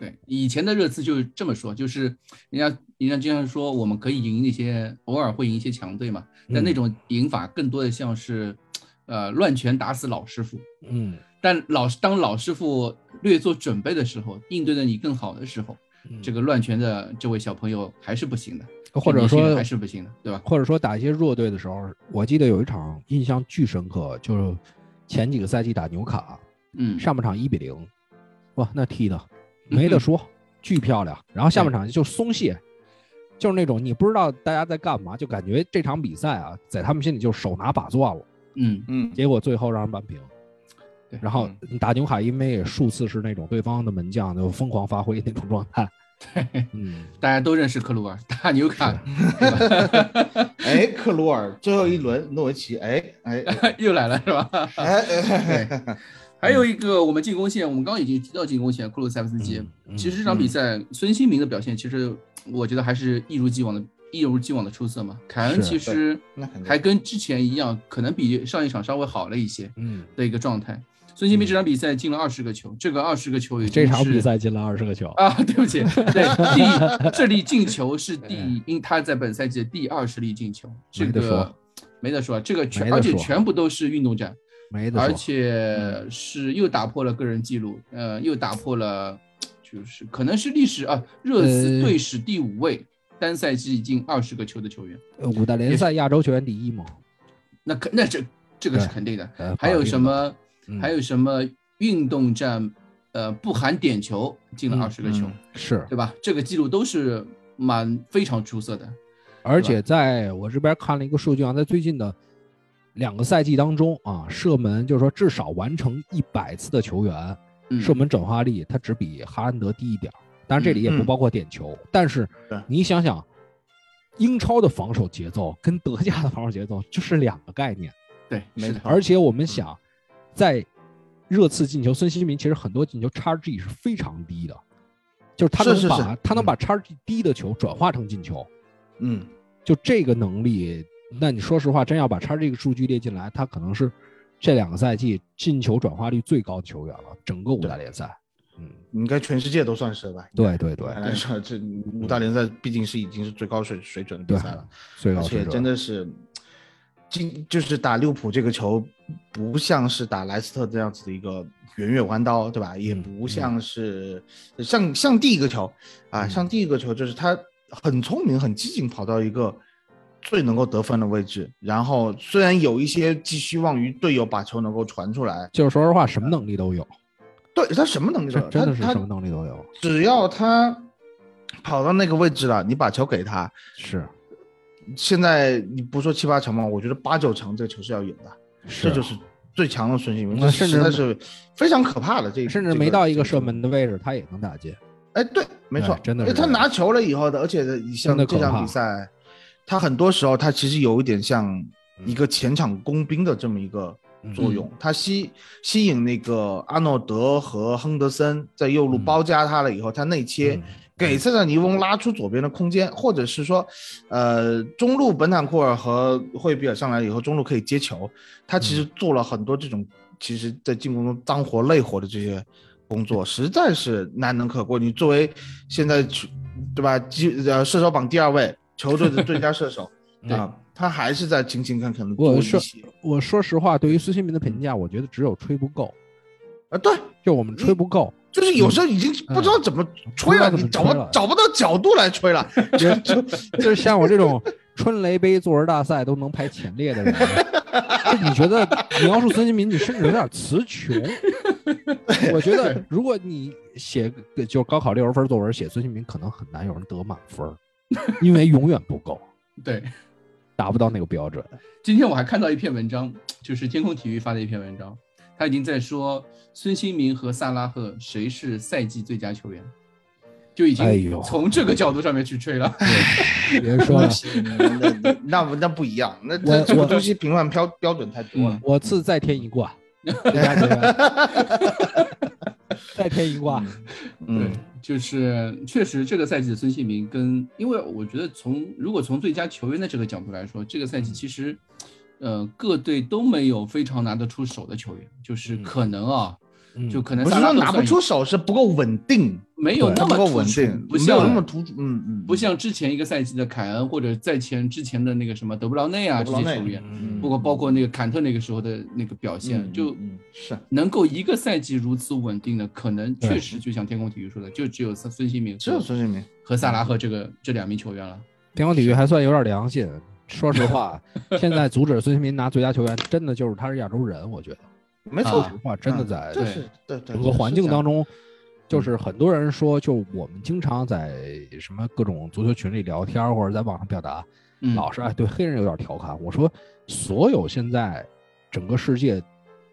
S6: 对，以前的热刺就是这么说，就是人家人家经常说我们可以赢一些，偶尔会赢一些强队嘛，但
S8: 嗯
S6: 那种赢法更多的像是，呃，乱拳打死老师傅。
S8: 嗯，
S6: 但老师当老师傅略做准备的时候，应对的你更好的时候，
S8: 嗯
S6: 这个乱拳的这位小朋友还是不行的，
S8: 或者
S6: 这年轻人
S8: 说
S6: 还是不行的，对吧？
S8: 或者说打一些弱队的时候，我记得有一场印象巨深刻，就是前几个赛季打纽卡，
S6: 嗯，
S8: 上半场一比零，哇，那踢的没得说，巨漂亮。然后下半场就松懈，就是那种你不知道大家在干嘛，就感觉这场比赛啊，在他们心里就手拿把攥了。
S6: 嗯，
S7: 嗯，
S8: 结果最后让人扳平。
S6: 对
S8: 然后
S6: 嗯
S8: 打纽卡，因为也数次是那种对方的门将就疯狂发挥那种状态。嗯，
S6: 大家都认识克鲁尔，打纽卡
S7: 哎，克鲁尔最后一轮诺维奇，哎
S6: <laughs>
S7: 哎
S6: 又来了是吧？
S8: <laughs>
S7: 哎哎，
S6: 对，还有一个我们进攻线，我们刚刚已经提到进攻线，库鲁塞夫斯基。
S8: 嗯嗯
S6: 其实这场比赛，孙兴民的表现，其实我觉得还是一如既往的，一如既往的出色嘛。凯恩
S8: 是
S6: 其实
S7: 那肯定
S6: 还跟之前一样，可能比上一场稍微好了一些
S8: 嗯，
S6: 的一个状态。孙兴民这场比赛进了二十个球，这个二十个球也
S8: 这场比赛进了二十个球。
S6: 啊，对不起，
S8: <laughs>
S6: 对，第这粒进球是第，因他在本赛季的第二十粒进球，这
S8: 没得
S6: 个
S8: 说
S6: 没得说，这个
S8: 没
S6: 全
S8: 得
S6: 而且
S8: 说
S6: 全部都是运动战，
S8: 没得说，
S6: 而且是又打破了个人记录，呃，又打破了，就是可能是历史啊，热刺
S8: 呃
S6: 队史第五位，单赛季进二十个球的球员，
S8: 呃五大联赛亚洲球员第一嘛，
S6: 那肯那这这个是
S8: 对
S6: 肯定的。
S8: 呃
S6: 还有什？么？
S8: 嗯
S6: 还有什么运动战？呃，不含点球进了
S8: 嗯
S6: 二十个球，
S7: 嗯
S8: 是，
S6: 对吧？这个记录都是蛮非常出色的。
S8: 而且在我这边看了一个数据啊，在最近的两个赛季当中啊，射门就是说至少完成一百次的球员，
S6: 嗯，
S8: 射门转化率它只比哈兰德低一点儿，当然这里也不
S7: 嗯
S8: 包括点球。但是
S7: 对
S8: 你想想，英超的防守节奏跟德甲的防守节奏就是两个概念。
S6: 对，
S7: 没
S6: 是的
S7: 错
S8: 而且我
S7: 嗯
S8: 们想，在热刺进球，孙兴民其实很多进球叉 G 是非常低的，就是他能把
S7: 是是是
S8: 他能把叉 G 低的球转化成进球，
S7: 嗯
S8: 就这个能力，那你说实话，真要把叉 G 这个数据列进来，他可能是这两个赛季进球转化率最高的球员了，整个五大联赛。嗯，
S7: 应该全世界都算是吧。
S8: 对对对
S7: 本来说这五大联赛毕竟是已经是最高水水准的比
S8: 对
S7: 赛了，，
S8: 最高
S7: 而且
S8: 水
S7: 真
S8: 准。
S7: 的是，今就是打利物浦这个球，不像是打莱斯特这样子的一个圆月弯刀，对吧？也
S8: 嗯
S7: 不像是、像像第一个球啊，
S8: 嗯
S7: 像第一个球就是他很聪明、很机警，跑到一个最能够得分的位置，然后虽然有一些寄希望于队友把球能够传出来，
S8: 就是说实话，什么能力都有，
S7: 对他什么能力都
S8: 这
S7: 有，
S8: 真的
S7: 哎他
S8: 是
S7: 他
S8: 什么能力都有。
S7: 只要他跑到那个位置了，你把球给他，
S8: 是
S7: 现在你不说七八成吗？我觉得八九成这个球是要有的，
S8: 是，啊
S7: 这就是最强的孙兴民，
S8: 那
S7: 这
S8: 甚至
S7: 实在是非常可怕的。这
S8: 甚至没到一个射，
S7: 这
S8: 门的位置，他也能打进。
S7: 哎，对，没错
S8: 哎，真的是
S7: 哎他拿球了以后的，而且
S8: 真
S7: 像
S8: 的
S7: 这
S8: 可怕
S7: 场比赛，他很多时候他其实有一点像一个前场工兵的这么一个
S8: 嗯
S7: 作用，他吸吸引那个阿诺德和亨德森在右路
S8: 嗯
S7: 包夹他了以后，他内切。
S8: 嗯
S7: 给塞萨尼翁拉出左边的空间，或者是说，呃，中路本坦库尔和惠比尔上来以后，中路可以接球。他
S8: 嗯
S7: 其实做了很多这种，其实在进攻中脏活累活的这些工
S8: 嗯
S7: 作，实在是难能可贵。你作为现在球对吧，基呃射手榜第二位球队的最佳射
S8: <laughs>
S7: 手
S6: 对
S7: 啊，他还是在勤勤恳恳的做
S8: 我
S7: 一
S8: 说
S7: 些
S8: 我说实话，对于孙兴民的评价，我觉得只有吹不够，
S7: 啊，对，
S8: 就我们吹不够。
S7: 就是有时候已经不知道怎么吹了，
S8: 嗯不知道怎么吹
S7: 你找
S8: 了
S7: 不找不到角度来
S8: <laughs>
S7: 吹了，就就
S8: 就是像我这种春雷杯作文大赛都能排前列的人，啊就你觉得描述孙兴民，你甚至有点词穷。我觉得如果你写个就高考六十分作文，写孙兴民可能很难有人得满分儿，因为永远不够，
S6: 对。
S8: 达不到那个标
S6: <laughs>
S8: 准。
S6: 今天我还看到一篇文章，就是天空体育发的一篇文章，他已经在说孙兴民和萨拉赫谁是赛季最佳球员，就已
S8: 哎
S6: 经
S8: 呦
S6: 从这个角度上面去吹
S7: <laughs>
S6: 了。
S8: 别说了，
S7: 那那不那不一样，那
S8: 我
S7: 这这
S8: 我
S7: 个东西评
S6: <laughs>
S7: 判标标准太多了。
S8: <laughs> 我自再添一冠，最佳球员。再添一卦。
S7: 嗯
S6: 对，就是确实这个赛季的孙兴民跟，因为我觉得从如果从最佳球员的这个角度来说，这个赛
S7: 嗯
S6: 季其实，呃，各队都没有非常拿得出手的球员，就是可能啊，
S8: 嗯
S6: 就可能
S7: 不是
S6: 萨拉
S7: 说
S6: 赫
S7: 拿不
S6: 算
S7: 出
S6: 一个，
S7: 手，是不够稳定，
S6: 没有那
S7: 不
S6: 么
S7: 够
S6: 突
S7: 稳
S6: 出
S7: 定，
S6: 不
S7: 没有
S6: 像
S7: 那么突出。嗯嗯，
S6: 不像之前一个赛季的凯恩或者在前之前的那个什么德布劳内啊这
S7: 德布劳
S6: 些
S7: 内
S6: 球员，
S7: 嗯
S6: 包括包括那个坎特那个时候的那个表现，
S7: 嗯
S6: 就
S7: 嗯嗯是
S6: 能够一个赛季如此稳定的，可能
S8: 对
S6: 确实就像天空体育说的，就只有孙孙兴民
S7: 只有
S6: 和
S7: 孙兴嗯民，
S6: 和萨拉赫这个这两名球员了。
S8: 天空体育还算有点良心。说实话， <laughs> 现在阻止孙兴民拿最佳球员，真的就是他是亚洲人，我觉得。
S7: 没
S8: 说
S7: 错
S6: 啊，
S8: 实话，真的
S7: 嗯
S8: 在
S7: 这
S6: 对
S7: 是对对
S8: 整个环境当
S7: 中，
S8: 中，就是很多人说，就我们经常在什么各种足球群里聊天，或者在网上表达，
S6: 嗯，
S8: 老是哎对黑人有点调侃。我说，所有现在整个世界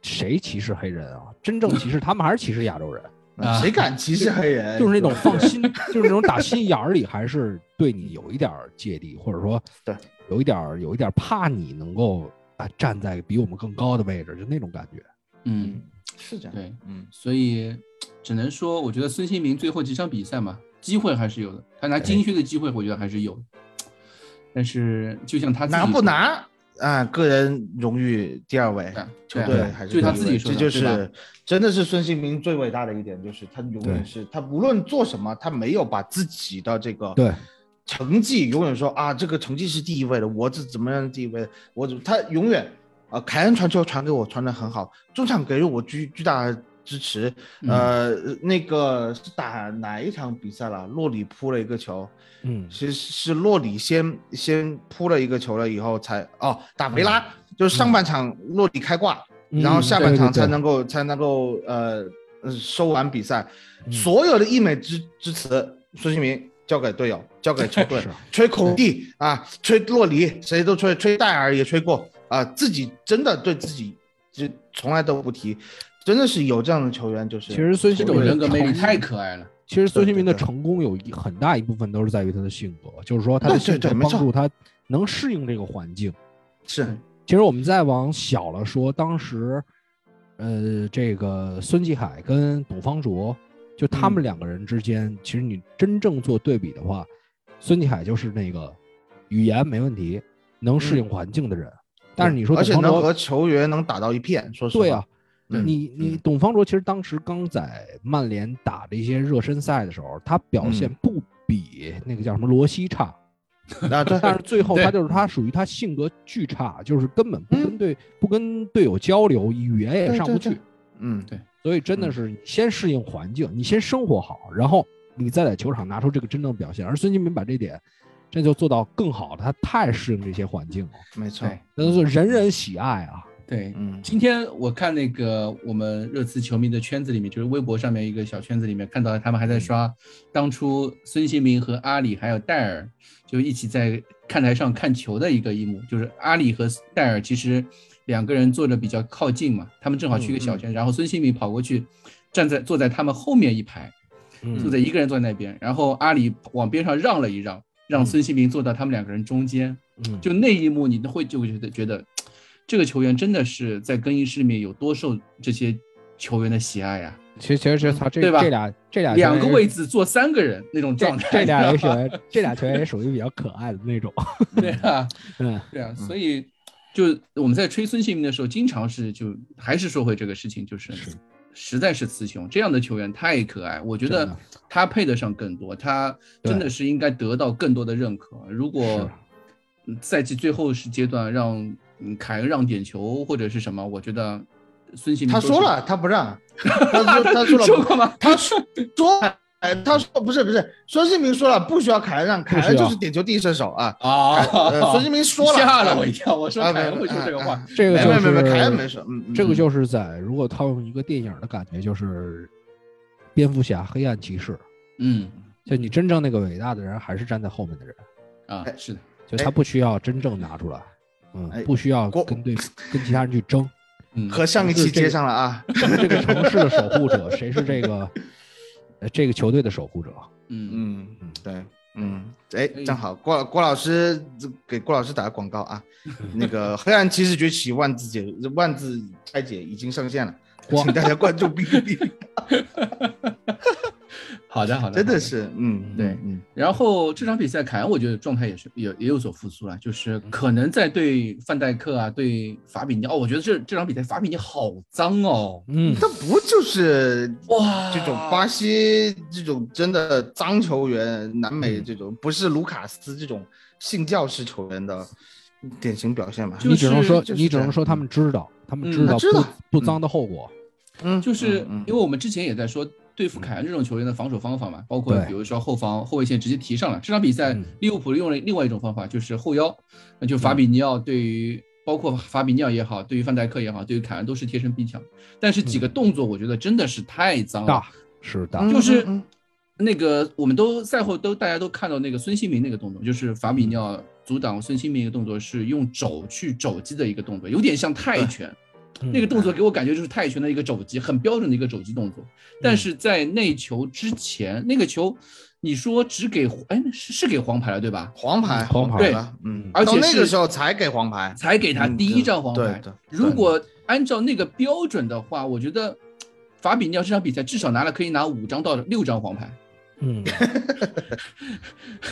S8: 谁歧视黑人啊？真正 <laughs> 歧视他们还是歧视亚洲人，
S6: 啊
S7: 嗯谁敢歧视黑人？
S8: 就是那种
S7: <laughs>
S8: 放心，就是那种打心眼儿里还是对你有一点儿芥蒂，或者说
S7: 对
S8: 有一点儿有一点儿怕你能够啊站在比我们更高的位置，就那种感觉。
S6: 嗯
S7: 嗯，，是这样，
S6: 对，
S7: 嗯，
S6: 所以只能说，我觉得孙兴民最后几场比赛嘛，机会还是有的，他拿金靴的机会，我觉得还是有的。但是就像他自己
S7: 拿不
S6: 说的？
S7: 拿啊？个人荣誉第二位
S6: 对啊，
S7: 球
S6: 对啊
S7: 队还是
S6: 就他
S7: 第一
S6: 自己
S7: 位
S6: 说
S7: 这
S6: 的
S7: 就
S6: 对吧
S7: 是真的是孙兴民最伟大的一点，就是他永
S8: 对
S7: 远是他无论做什么，他没有把自己的这个
S8: 对
S7: 成绩永远说啊，这个成绩是第一位的，我这怎么样的第一位，我怎么他永远啊、呃凯恩传球传给我传的很好，中场给了我巨巨大的支持，
S6: 嗯
S7: 呃，那个是打哪一场比赛了？洛里扑了一个球，
S8: 嗯，
S7: 是是洛里先先扑了一个球了以后才哦打维
S6: 嗯
S7: 拉，就是上半场洛里开挂，然后
S8: 嗯
S7: 下
S8: 对
S7: 半
S8: 对
S7: 场才
S8: 对
S7: 能够才能够呃呃收完比赛，
S8: 嗯
S7: 所有的溢美之之词，孙兴民交给队友，交给球队
S8: <laughs> 是，啊
S7: 吹孔蒂啊，吹洛里，谁都吹，吹戴尔也吹过啊，自己真的对自己就从来都不提，真的是有这样的球员，就是
S8: 其实孙
S6: 这
S8: 兴民
S6: 种
S8: 的
S6: 人格魅力
S8: 成
S6: 太可爱了。
S8: 其实孙兴民的
S7: 对对对
S8: 成功有一很大一部分都是在于他的性格，就是说他的
S7: 对对
S8: 性格
S7: 对没
S8: 帮
S7: 错
S8: 助他能适应这个环境。
S7: 是
S8: 其实我们再往小了说，当时，呃，这个孙继海跟董方卓，就他
S7: 嗯
S8: 们两个人之间，其实你真正做对比的话，孙继海就是那个语言没问题，能适应环境的人。但是你说
S7: 嗯而
S8: 董
S7: 且
S8: 方
S7: 能和
S8: 卓，
S7: 球员能打到一片，说实话，
S8: 对啊，
S7: 嗯
S8: 你你
S7: 嗯
S8: 董方卓其实当时刚在曼联打这些热身赛的时候，他表现
S7: 嗯
S8: 不比那个叫什么罗西差，<laughs>
S7: 啊对，嗯
S8: 但是最后他
S6: 对
S8: 就是他属于他性格巨差，就是根本不跟队、不跟队友交流，语言也
S7: 对
S8: 上不
S7: 对
S8: 去，
S7: 对嗯，
S8: 所以真的
S7: 嗯
S8: 是你先适应环境，你先生活好，然后你再在球场拿出这个真正的表现。而孙兴民把这点，这就做到更好的，他太适应这些环境了，
S7: 没错，
S6: 对
S8: 那就是人人喜爱啊。
S6: 对，
S7: 嗯
S6: 今天我看那个我们热刺球迷的圈子里面，就是微博上面一个小圈子里面，看到他们还在刷当初孙兴民和阿里还有戴尔就一起在看台上看球的一个一幕，就是阿里和戴尔其实两个人坐着比较靠近嘛，他们正好去一个小圈，然后孙兴民跑过去站在坐在他们后面一排，
S8: 嗯
S6: 坐在一个人坐在那边，然后阿里往边上让了一让，让孙兴民坐到他们两个人中间。
S8: 嗯，
S6: 就那一幕，你都会就会觉得觉得，这个球员真的是在更衣室里面有多受这些球员的喜爱呀、
S8: 其实其实其
S7: 嗯
S8: 实他这
S6: 对吧
S8: 这俩这俩
S6: 两个
S8: 球员
S6: 位置坐三个人那种
S8: 这
S6: 状态，
S8: 这俩
S6: 你
S8: 人
S6: 知
S8: 球
S6: 道吗
S8: 员，这俩球员也属于比较可爱的那种。
S6: <laughs> 对啊，
S8: 嗯，
S6: 对啊，所以就我们在吹孙兴民的时候，经常是就还是说回这个事情，就是实在是雌雄，这样的球员太可爱，我觉
S8: 真
S6: 得
S8: 的
S6: 他配得上更多，他真的是应该得到更多的认可。如果嗯赛季最后是阶段让嗯凯恩让点球或者是什么，我觉得孙兴民
S7: 他
S6: 嗯
S7: 说
S6: 是
S7: 了，他不让，他说他说
S6: <laughs>
S7: 了，
S6: 说过吗？
S7: 他说说了，哎，他说不是不是，孙兴民说了不需要凯恩让，凯恩
S8: 需要
S7: 就是点球第一射手啊。
S6: <laughs> 啊
S7: 呃孙兴民说了，
S6: 吓了我 <laughs> 一跳，我说
S7: 啊
S6: 凯恩
S7: 没
S6: 会说这个话
S7: 啊，
S8: 这个
S7: 没
S8: 就
S7: 没
S8: 是
S7: 没没，凯恩没说，嗯，嗯
S8: 这个
S7: 嗯
S8: 就是在如果套用一个电影的感觉，就是蝙蝠侠、黑暗骑士，
S6: 嗯
S8: 就你真正那个伟大的人还是站在后面的人，
S6: 啊
S7: 哎
S6: 是的，
S8: 就他不需要真正拿出来，嗯
S7: 哎，
S8: 不需要
S7: 郭
S8: 跟对跟其他人去争。
S6: 嗯
S7: 和上一期接上了啊。
S8: 谁是这个城市的守护者，谁是这个呃这个球队的守护
S7: <laughs>
S8: 者？
S6: 嗯
S7: 嗯，对，嗯，哎
S6: 可以，
S7: 正好郭郭老师给郭老师打个广告啊，那个《黑暗骑士崛起》万字解万字拆解已经上线了，
S8: 哇
S7: 请大家关注 B 哔哩哔哩。
S6: 好的，好的，
S7: 嗯真
S6: 好
S7: 的是，嗯，
S6: 对
S7: 嗯，
S6: 然后这场比赛，凯恩我觉得状态也是也也有所复苏了，就是
S7: 嗯
S6: 可能在对范戴克啊，对法比尼奥，我觉得这这场比赛法比尼好脏哦，
S8: 嗯，
S7: 他不就是
S6: 哇，
S7: 这种巴西这种真的脏球员，
S6: 嗯
S7: 南美这种不是卢卡斯这种信教式球员的典型表现吧？
S6: 就
S8: 你只能说
S7: 就是
S8: 你只能说
S7: 这样
S8: 他们知道，他们
S6: 嗯
S8: 知道
S7: 他知道
S8: 不不脏的后果。
S7: 嗯，
S6: 就是
S7: 嗯嗯嗯
S6: 因为我们之前也在说对付凯恩这种球员的防守方法嘛，包括
S8: 对
S6: 比如说后防后卫线直接提上了。这场比赛
S8: 嗯
S6: 利物浦用了另外一种方法，就是后腰，那就
S7: 嗯
S6: 法比尼奥对于包括法比尼奥也好，对于范戴克也好，对于凯恩都是贴身逼抢，但是几个动作我觉得真的是太脏了
S8: 大，是大，
S7: 嗯
S6: 就是
S7: 嗯
S6: 那个我们都赛后都大家都看到那个孙兴民那个动作，就是法比尼奥阻挡孙兴民一个动作是用肘去肘击的一个动作，有点像泰拳。
S8: 嗯
S6: 那个动作给我感觉就是泰拳的一个肘击，很标准的一个肘击动作。
S7: 嗯
S6: 但是在那球之前，那个球，你说只给哎是是给黄牌了对吧？
S7: 黄牌，
S8: 黄牌
S6: 对
S7: 了，嗯，
S6: 而且
S7: 到那个
S6: 是
S7: 时候才给黄牌，
S6: 才给他
S7: 嗯
S6: 第一张黄
S7: 对
S6: 牌
S7: 对。
S6: 如果按照那个标准的话，我觉得法比尼奥这场比赛至少拿了可以拿五张到六张黄牌。
S7: <laughs>
S8: 嗯，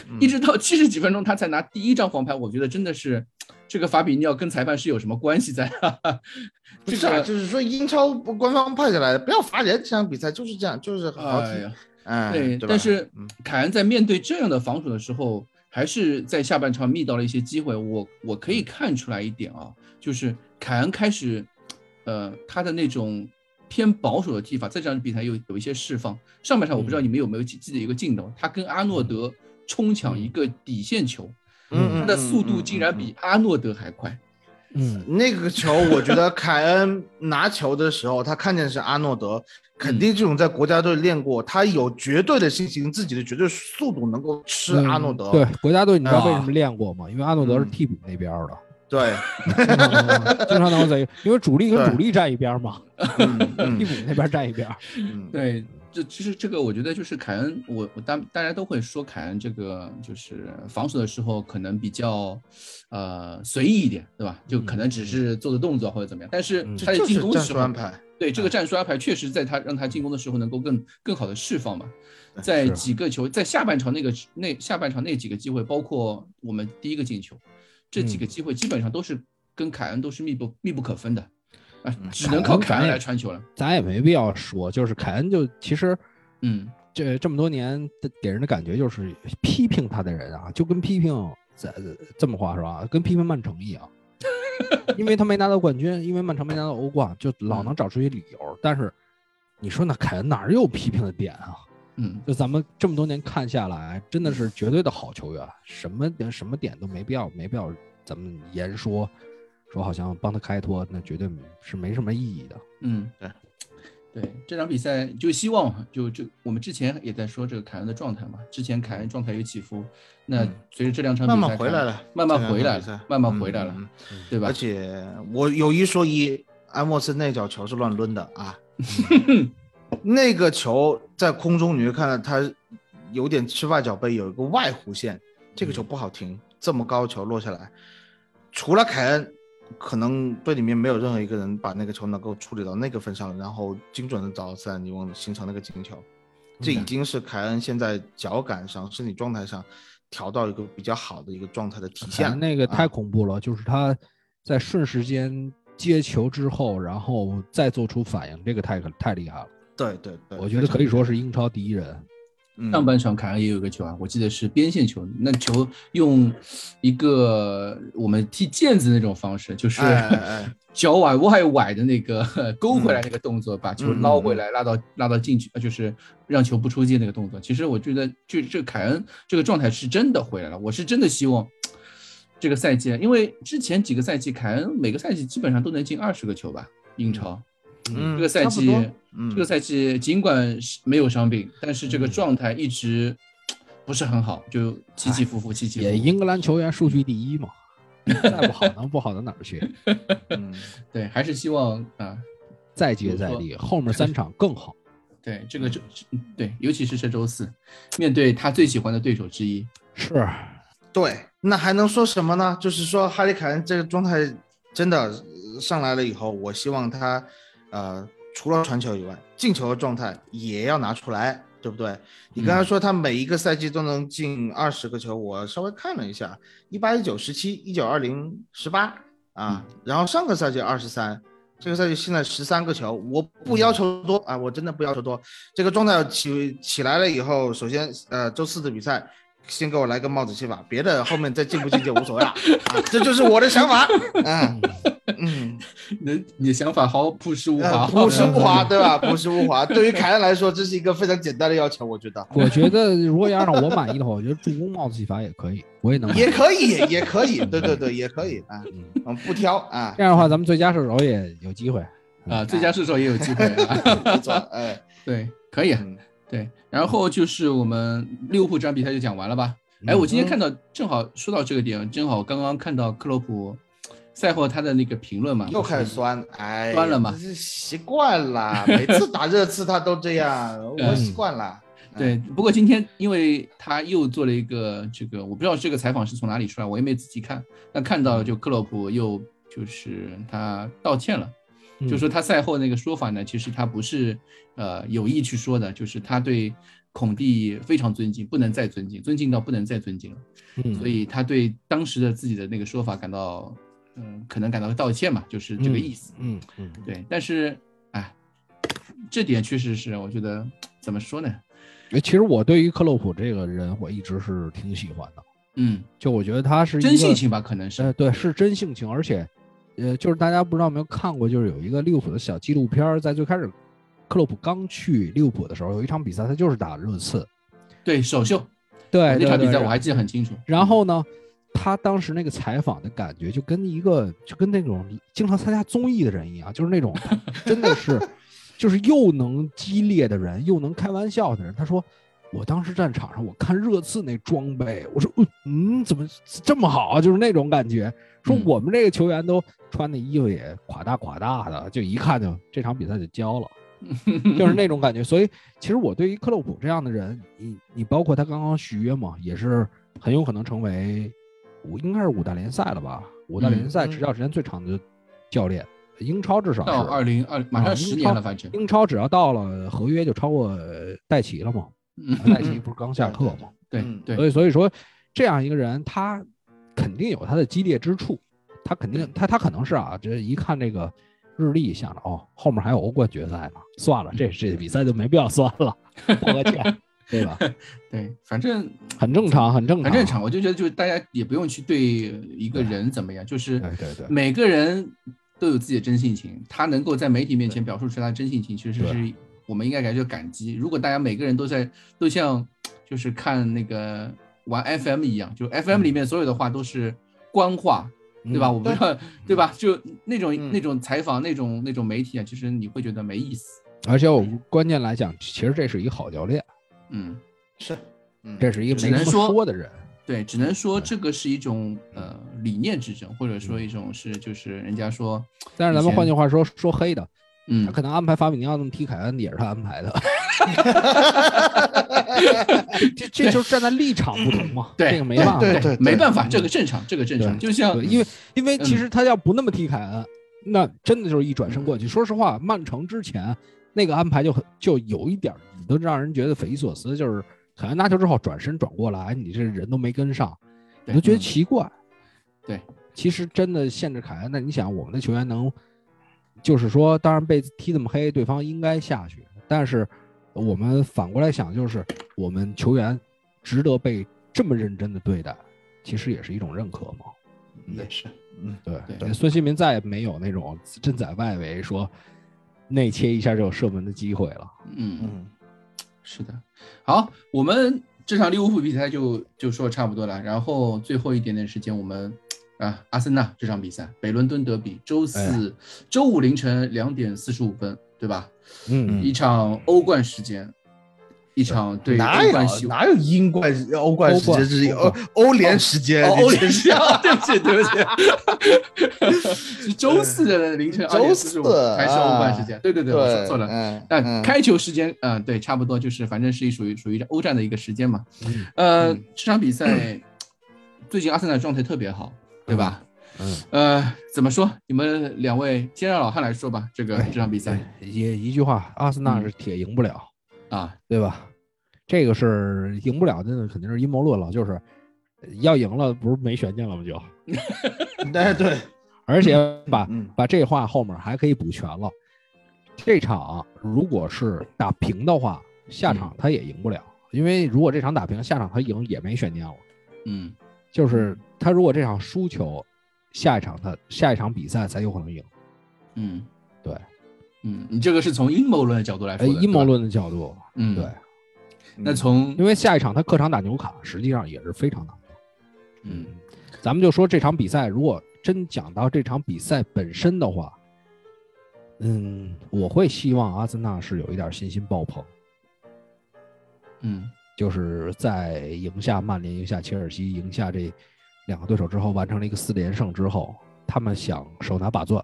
S7: 嗯
S6: 一直到七十几分钟他才拿第一张黄牌，我觉得真的是这个法比尼奥跟裁判是有什么关系在？
S7: 不是啊，就是说英超官方派下来的，不要罚人，这场比赛就是这样，就是很好
S6: 哎
S7: 踢
S6: 呀，，
S7: 哎，
S6: 对，
S7: 吧
S6: 但是
S7: 嗯
S6: 凯恩在面对这样的防守的时候，还是在下半场觅到了一些机会。我我可
S7: 嗯
S6: 以看出来一点啊，就是凯恩开始，呃，他的那种偏保守的踢法，在这场比赛有有一些释放。上半场我
S7: 嗯
S6: 不知道你们有没有记记得一个镜头，他跟阿诺德冲抢一个底线球，
S7: 嗯，
S6: 他
S7: 嗯
S6: 的速度
S7: 嗯
S6: 竟然
S7: 嗯
S6: 比阿诺德还快。
S8: 嗯
S7: 那个球，我觉得凯恩拿球的时候，他看见是阿诺德，肯定这种在国家队练过，他有绝对的信心，自己的绝对速度能够吃
S8: 嗯
S7: 阿诺德。啊
S8: 对国家队，你知道为什
S6: 哇
S8: 么练过吗？因为阿诺德是
S7: 嗯
S8: 替补那边儿的，
S7: 对，
S8: <laughs> 经常能够在，因为主力跟
S7: 对
S8: 主力站一边嘛， <laughs>
S7: 嗯
S8: 替
S7: 嗯
S8: 补那边站一边儿。
S7: 嗯，
S6: 对，这其实这个我觉得就是凯恩，我我大大家都会说凯恩这个就是防守的时候可能比较，呃随意一点，对吧？就可能只是做的动作或者怎么样，但是
S8: 嗯
S6: 他在
S7: 就
S6: 进
S7: 是
S6: 攻的
S7: 战
S6: 时
S7: 术
S6: 候
S7: 安，排。
S6: 对这个战术安排确实在他让他进攻的时候能够更更好的释放嘛。
S7: 对
S6: 在
S8: 是
S6: 几个球，在下半场那个那下半场那几个机会，包括我们第一个进球，这几
S8: 嗯
S6: 个机会基本上都是跟凯恩都是密不密不可分的，啊，只
S8: 凯
S6: 能靠
S8: 恩
S6: 凯
S8: 反
S6: 恩
S8: 正
S6: 来传球了。
S8: 咱也没必要说，就是凯恩就其实
S6: 嗯，
S8: 这这么多年的给人的感觉就是批评他的人啊，就跟批评这这么话说啊，跟批评曼城一
S6: <laughs>
S8: 样，因为他没拿到冠军，因为曼城没拿到欧冠，就老
S6: 嗯
S8: 能找出一理由。但是你说那凯恩哪儿有批评的点啊？
S6: 嗯，
S8: 就咱们这么多年看下来，真
S7: 嗯
S8: 的是绝对的好球员，什么点什么点都没必要，没必要咱们言说说好像帮他开脱，那绝对是没什么意义的。
S6: 嗯，
S7: 对，
S6: 对，这场比赛就希望就就我们之前也在说这个凯恩的状态嘛，之前凯恩状态有起伏，那
S7: 嗯
S6: 随着这两场比赛
S7: 慢慢回
S6: 凯
S7: 来
S6: 恩，
S7: 了，
S6: 嗯慢慢回来
S7: 这两场
S6: 了
S7: 比赛，
S6: 慢慢回来了，
S7: 嗯嗯
S6: 对吧
S7: 而？且我有一说一，安莫斯那脚球是乱抡的
S6: <laughs>
S7: 啊，那个球在空中你就看到他有点吃外脚背，有一个外弧线，这个球不好停，这么高的球落下来，除了凯恩，可能队里面没有任何一个人把那个球能够处理到那个份上，然后精准的找到斯坦尼翁形成那个进球，这已经是凯恩现在脚感上、身体状态上调到一个比较好的一个状态的体
S8: 凯
S7: 现了。
S8: 恩那个
S7: 啊
S8: 太恐怖了，就是他在瞬时间接球之后，然后再做出反应，这个太可太厉害了。
S7: 对对对，
S8: 我觉得可以说是英超第一人。
S7: 嗯
S6: 上半场凯恩也有一个球啊，我记得是边线球，那球用一个我们踢毽子那种方式，就是
S7: 哎哎哎
S6: <laughs> 脚往外崴的那个呵勾回来那个动作，把球捞回来，拉到拉到禁区，呃就是让球不出界那个动作。其实我觉得这这凯恩这个状态是真的回来了，我是真的希望。这个赛季，因为之前几个赛季，凯恩每个赛季基本上都能进二十个球吧，英超。
S7: 嗯
S6: 这个赛季，这个
S7: 赛
S6: 赛季尽管是没有伤病，但是这
S7: 嗯
S6: 个状态一直不是很好，就起
S7: 哎
S6: 起伏伏，起起伏
S8: 也
S6: 伏。
S8: 英格兰球员数据第
S7: <laughs>
S8: 一嘛，再不好能不好到哪儿去？
S7: 嗯
S6: 对，还是希望啊，
S8: 再接再厉，后面三场更好。
S6: 对这
S7: 嗯
S6: 个这对，尤其是这周四，面对他最喜欢的对手之一，
S8: 是，
S7: 对，那还能说什么呢？就是说哈利凯恩这个状态真的呃上来了以后，我希望他呃除了传球以外，进球的状态也要拿出来，对不对？你刚才说他每一个赛季都能进二十个球，我稍微看了一下，一八一九十七，一九二零十八啊，然后上个赛季二十三。这个赛季现在十三个球，我不要求多啊，我真的不要求多。这个状态起起来了以后，首先呃，周四的比赛先给我来个帽子戏法，别的后面再进不进就无所谓了啊，这就是我的想法。嗯嗯，
S6: 你你的想法毫不失无 <laughs> 华，
S7: 呃朴实无华，对吧？朴实无华，对于凯恩来说，这是一个非常简单的要求，我觉
S8: <laughs>
S7: 得
S8: 我觉得如果要让我满意的话，我觉得助攻帽子戏法也可以，我也能满意。
S7: 也可以，也可以，对对对，也可以啊，嗯，不挑啊
S8: 这，样的话，咱们最佳射手也有机会。
S6: 啊，最佳射手也有机会
S7: <laughs>
S6: 啊，
S7: 不错，哎，
S6: 对，可以啊，
S7: 嗯
S6: 对，然后就是我们利物浦这场比赛就讲完了吧？哎，我今天看到
S7: 嗯
S6: 正好说到这个点，正好刚刚看到克洛普赛后他的那个评论嘛，
S7: 又开始
S6: 就是
S7: 酸，
S6: <laughs>
S7: 哎，
S6: 酸了嘛
S7: 这是习惯了，每次打热刺他都这样，我
S6: 嗯
S7: 习惯了。
S8: 嗯
S6: 对，不过今天因为他又做了一个这个，我不知道这个采访是从哪里出来，我也没仔细看，但看
S8: 嗯
S6: 到就克洛普又就是他道歉了，
S8: 嗯
S6: 就说他赛后那个说法呢，其实他不是呃有意去说的，就是他对孔蒂非常尊敬，不能再尊敬，尊敬到不能再尊敬了，
S8: 嗯，
S6: 所以他对当时的自己的那个说法感到嗯、可能感到道歉嘛，就是这个意思。
S8: 嗯嗯，
S6: 对，但是哎，这点确实是我觉得怎么说呢？
S8: 哎其实我对于克洛普这个人，我一直是挺喜欢的。
S6: 嗯。
S8: 就我觉得他是一个
S6: 真性情吧，可能是
S8: 呃，对，是真性情，而且，呃，就是大家不知道有没有看过，就是有一个利物浦的小纪录片儿，在最开始克洛普刚去利物浦的时候，有一场比赛，他就是打热刺，
S6: 对首秀
S8: 对，
S6: 那
S8: 对
S6: 场比赛
S8: 对
S6: 我还记得很清楚。
S8: 然后呢，他当时那个采访的感觉，就跟一个就跟那种经常参加综艺的人一样，就是那种他真的是，就是又能激烈的人，又能开玩笑的人。他说，我当时站场上，我看热刺那装备，我说，呃嗯，怎么这么好啊？就是那种感觉。说
S6: 嗯
S8: 我们这个球员都穿的衣服也垮大垮大的，就一看就这场比赛就交了。就是那种感觉。所以其实我对于克洛普这样的人，你你包括他刚刚续约嘛，也是很有可能成为五应该是五大联赛了吧？五大联赛
S7: 嗯
S8: 执教时间最长的教练，英超至少
S6: 到
S8: 是
S6: 二零二马
S8: 啊
S6: 上十
S8: 英
S6: 年
S8: 超
S6: 了，反正
S8: 英超只要到了合约就超过呃戴奇了嘛，
S6: 嗯，
S8: 戴奇不是刚下课
S7: 对对
S8: 嘛，
S6: 对
S7: 嗯
S6: 对
S8: 所以所以说这样一个人，他肯定有他的激烈之处，他肯定他他可能是啊，这一看这个日历想着哦，后面还有欧冠决赛呢，算了，
S6: 嗯
S8: 这这比赛就没必要算了，道个
S6: <laughs>
S8: 歉，对吧？
S6: 对，反正
S8: 很正常，很正常，
S6: 很正。常。我就觉得，就是大家也不用去对一个人怎么样，就是
S8: 对对对
S6: 每个人都有自己的真性情，他能够在媒体面前表述出他的真性情，其实是
S8: 对
S6: 我们应该感觉感激。如果大家每个人都在都像就是看那个玩 FM 一样，就 FM 里面所有的话都是官话，对吧？
S8: 嗯
S6: 我不知道，对吧？就那种、
S7: 嗯
S6: 那种采访、那种那种媒体啊，其实你会觉得没意思。
S8: 而且我关键来讲，其实这是一个好教练，
S6: 嗯，
S7: 是，嗯
S8: 这是一个
S6: 只
S8: 没
S6: 能
S8: 什
S6: 说
S8: 么说的人。
S6: 对，只能说这个是一种呃理念之争，或者
S8: 嗯
S6: 说一种是就是人家说，
S8: 但是咱们
S6: 以前
S8: 换句话说，说黑的，
S6: 嗯
S8: 他，可能安排法比尼奥那么踢凯恩也是他安排
S7: <laughs>
S8: 的，这这就是站在立场不同嘛，
S6: 对
S8: 这个没办法，
S7: 对对
S6: 没办法，这个正常，这个正常。
S8: 呃嗯对
S6: 就像
S8: 对，因为因为
S6: 嗯
S8: 其实他要不那么踢凯恩，那真的就是一转身过
S6: 嗯
S8: 去。说实话，曼城之前那个安排就很就有一点儿都让人觉得匪夷所思，就是凯恩拿球之后转身转过来，哎你这人都没跟上，你都觉得
S6: 嗯
S8: 奇怪。
S6: 对，
S8: 其实真的限制凯恩，那你想我们的球员能，就是说，当然被踢这么黑，对方应该下去，但是我们反过来想，就是我们球员值得被这么认真的对待，其实也是一种认可嘛。
S7: 也是，嗯，
S8: 对
S6: 对
S8: 孙兴民再也没有那种真在外围说内切一下就有射门的机会了。
S6: 嗯嗯。
S7: 嗯，
S6: 是的，好，我们这场利物浦比赛就就说差不多了，然后最后一点点时间，我们啊，阿森纳这场比赛，北伦敦德比，周
S8: 哎
S6: 四、周五凌晨两点四十五分，对吧？
S8: 嗯
S6: 一场欧冠时间，一场对
S7: 呃哪
S6: 欧
S7: 有
S6: 冠希望。
S7: 哪有英冠欧冠时
S8: 欧
S7: 间，
S8: 冠
S7: 这是
S8: 欧
S7: 欧欧联时间，
S6: 哦，
S7: 你
S6: 欧
S7: 这
S6: 联是啊，对不起，对不起，
S7: <laughs>
S6: 是周四的凌晨二
S7: 周
S6: 点四十
S7: 四
S6: 五才是欧冠时间，对对对，我说错了，
S7: 嗯，
S6: 那
S7: 嗯
S6: 开球时间，嗯、对，差不多就是，反正是属于属于欧战的一个时间嘛。
S7: 嗯 <laughs>
S6: 呃，这场比赛、最近阿森纳状态特别好，对吧？
S8: 嗯，
S6: 呃，怎么说？你们两位先让老汉来说吧，这个
S8: 哎
S6: 这场比赛
S8: 也一句话，阿森纳
S6: 嗯
S8: 是铁赢不了，
S6: 啊，
S8: 对吧？这个是赢不了，那肯定是阴谋论了，就是呃要赢了，不是没悬念了吗？就，
S7: 哎，对，
S8: 而且把
S7: 嗯，
S8: 把这话后面还可以补全了。这场如果是打平的话，下场他也赢不了，因为如果这场打平，下场他赢也没悬念了。
S6: 嗯
S8: 就是他如果这场输球，下一场他下一场比赛才有可能赢。
S6: 嗯
S8: 对，
S6: 嗯，你这个是从阴谋论的角度来
S8: 呃，
S6: 说的，
S8: 阴谋
S6: 哎对吧，
S8: 论的角度，
S6: 嗯，
S8: 对，，
S7: 嗯
S6: 那从
S8: 因为下一场他客场打纽卡，实际上也是非常难。
S6: 嗯，
S8: 咱们就说这场比赛，如果真讲到这场比赛本身的话，嗯，我会希望阿森纳是有一点信心爆棚，
S6: 嗯
S8: 就是在赢下曼联、赢下切尔西、赢下这两个对手之后，完成了一个四连胜之后，他们想手拿把攥，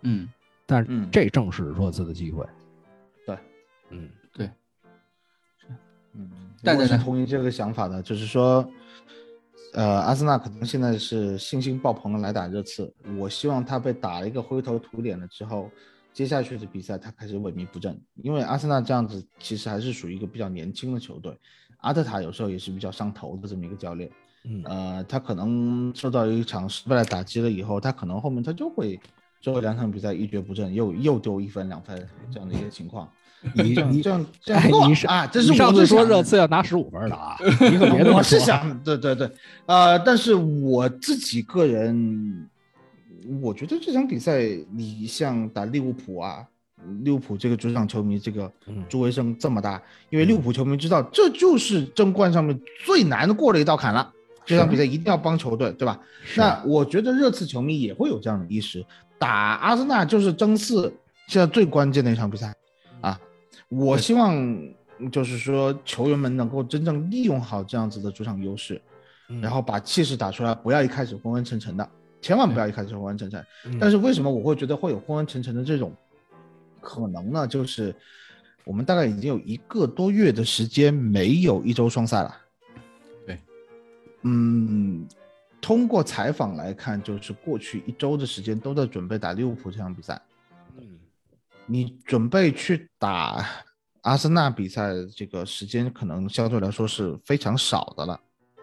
S6: 嗯，
S8: 但
S7: 嗯
S8: 这正是热刺的机会。
S7: 对，
S8: 嗯，
S7: 嗯，
S6: 蛋
S7: 我
S6: 蛋
S7: 是
S6: 呢
S7: 同意这个想法的，就是说，呃，阿森纳可能现在是信心爆棚的来打热刺，我希望他被打了一个灰头土脸了之后，接下去的比赛他开始萎靡不振，因为阿森纳这样子其实还是属于一个比较年轻的球队，阿特塔有时候也是比较上头的这么一个教练，
S8: 嗯
S7: 呃，他可能受到一场失败的打击了以后，他可能后面他就会。最后两场比赛一蹶不振，又又丢一分两分这样的一个情
S8: <laughs>
S7: 况，
S8: 你
S7: 这样
S8: 你
S7: 这样这样
S8: 哎，
S7: 够了
S8: 你是
S7: 啊，这
S8: 你
S7: 是
S8: 上
S7: 我
S8: 次
S7: 最
S8: 说
S7: 想的
S8: 热刺要拿十五分的
S7: <laughs>
S8: 啊，你可别这么
S7: 我
S8: 说
S7: 是。想，对对对，呃，但是我自己个人，我觉得这场比赛，你像打利物浦啊，利物浦这个主场球迷这个
S8: 嗯
S7: 助威声这么大，因为利物浦球迷知道这就是争冠上面最难过的一道坎了，这场比赛一定要帮球队，对吧？
S8: 是
S7: 那我觉得热刺球迷也会有这样的意识，打阿森纳就是争四现在最关键的一场比赛啊！我希望就是说球员们能够真正利用好这样子的主场优势，
S8: 嗯
S7: 然后把气势打出来，不要一开始昏昏沉沉的，千万不要一开始昏昏沉沉。但
S8: 是
S7: 是为什么我会觉得会有昏昏沉沉的这种可能呢？就是我们大概已经有一个多月的时间没有一周双赛了。
S6: 对，
S7: 嗯，通过采访来看，就是过去一周的时间都在准备打利物浦这场比赛。你准备去打阿森纳比赛，这个时间可能相对来说是非常少的了。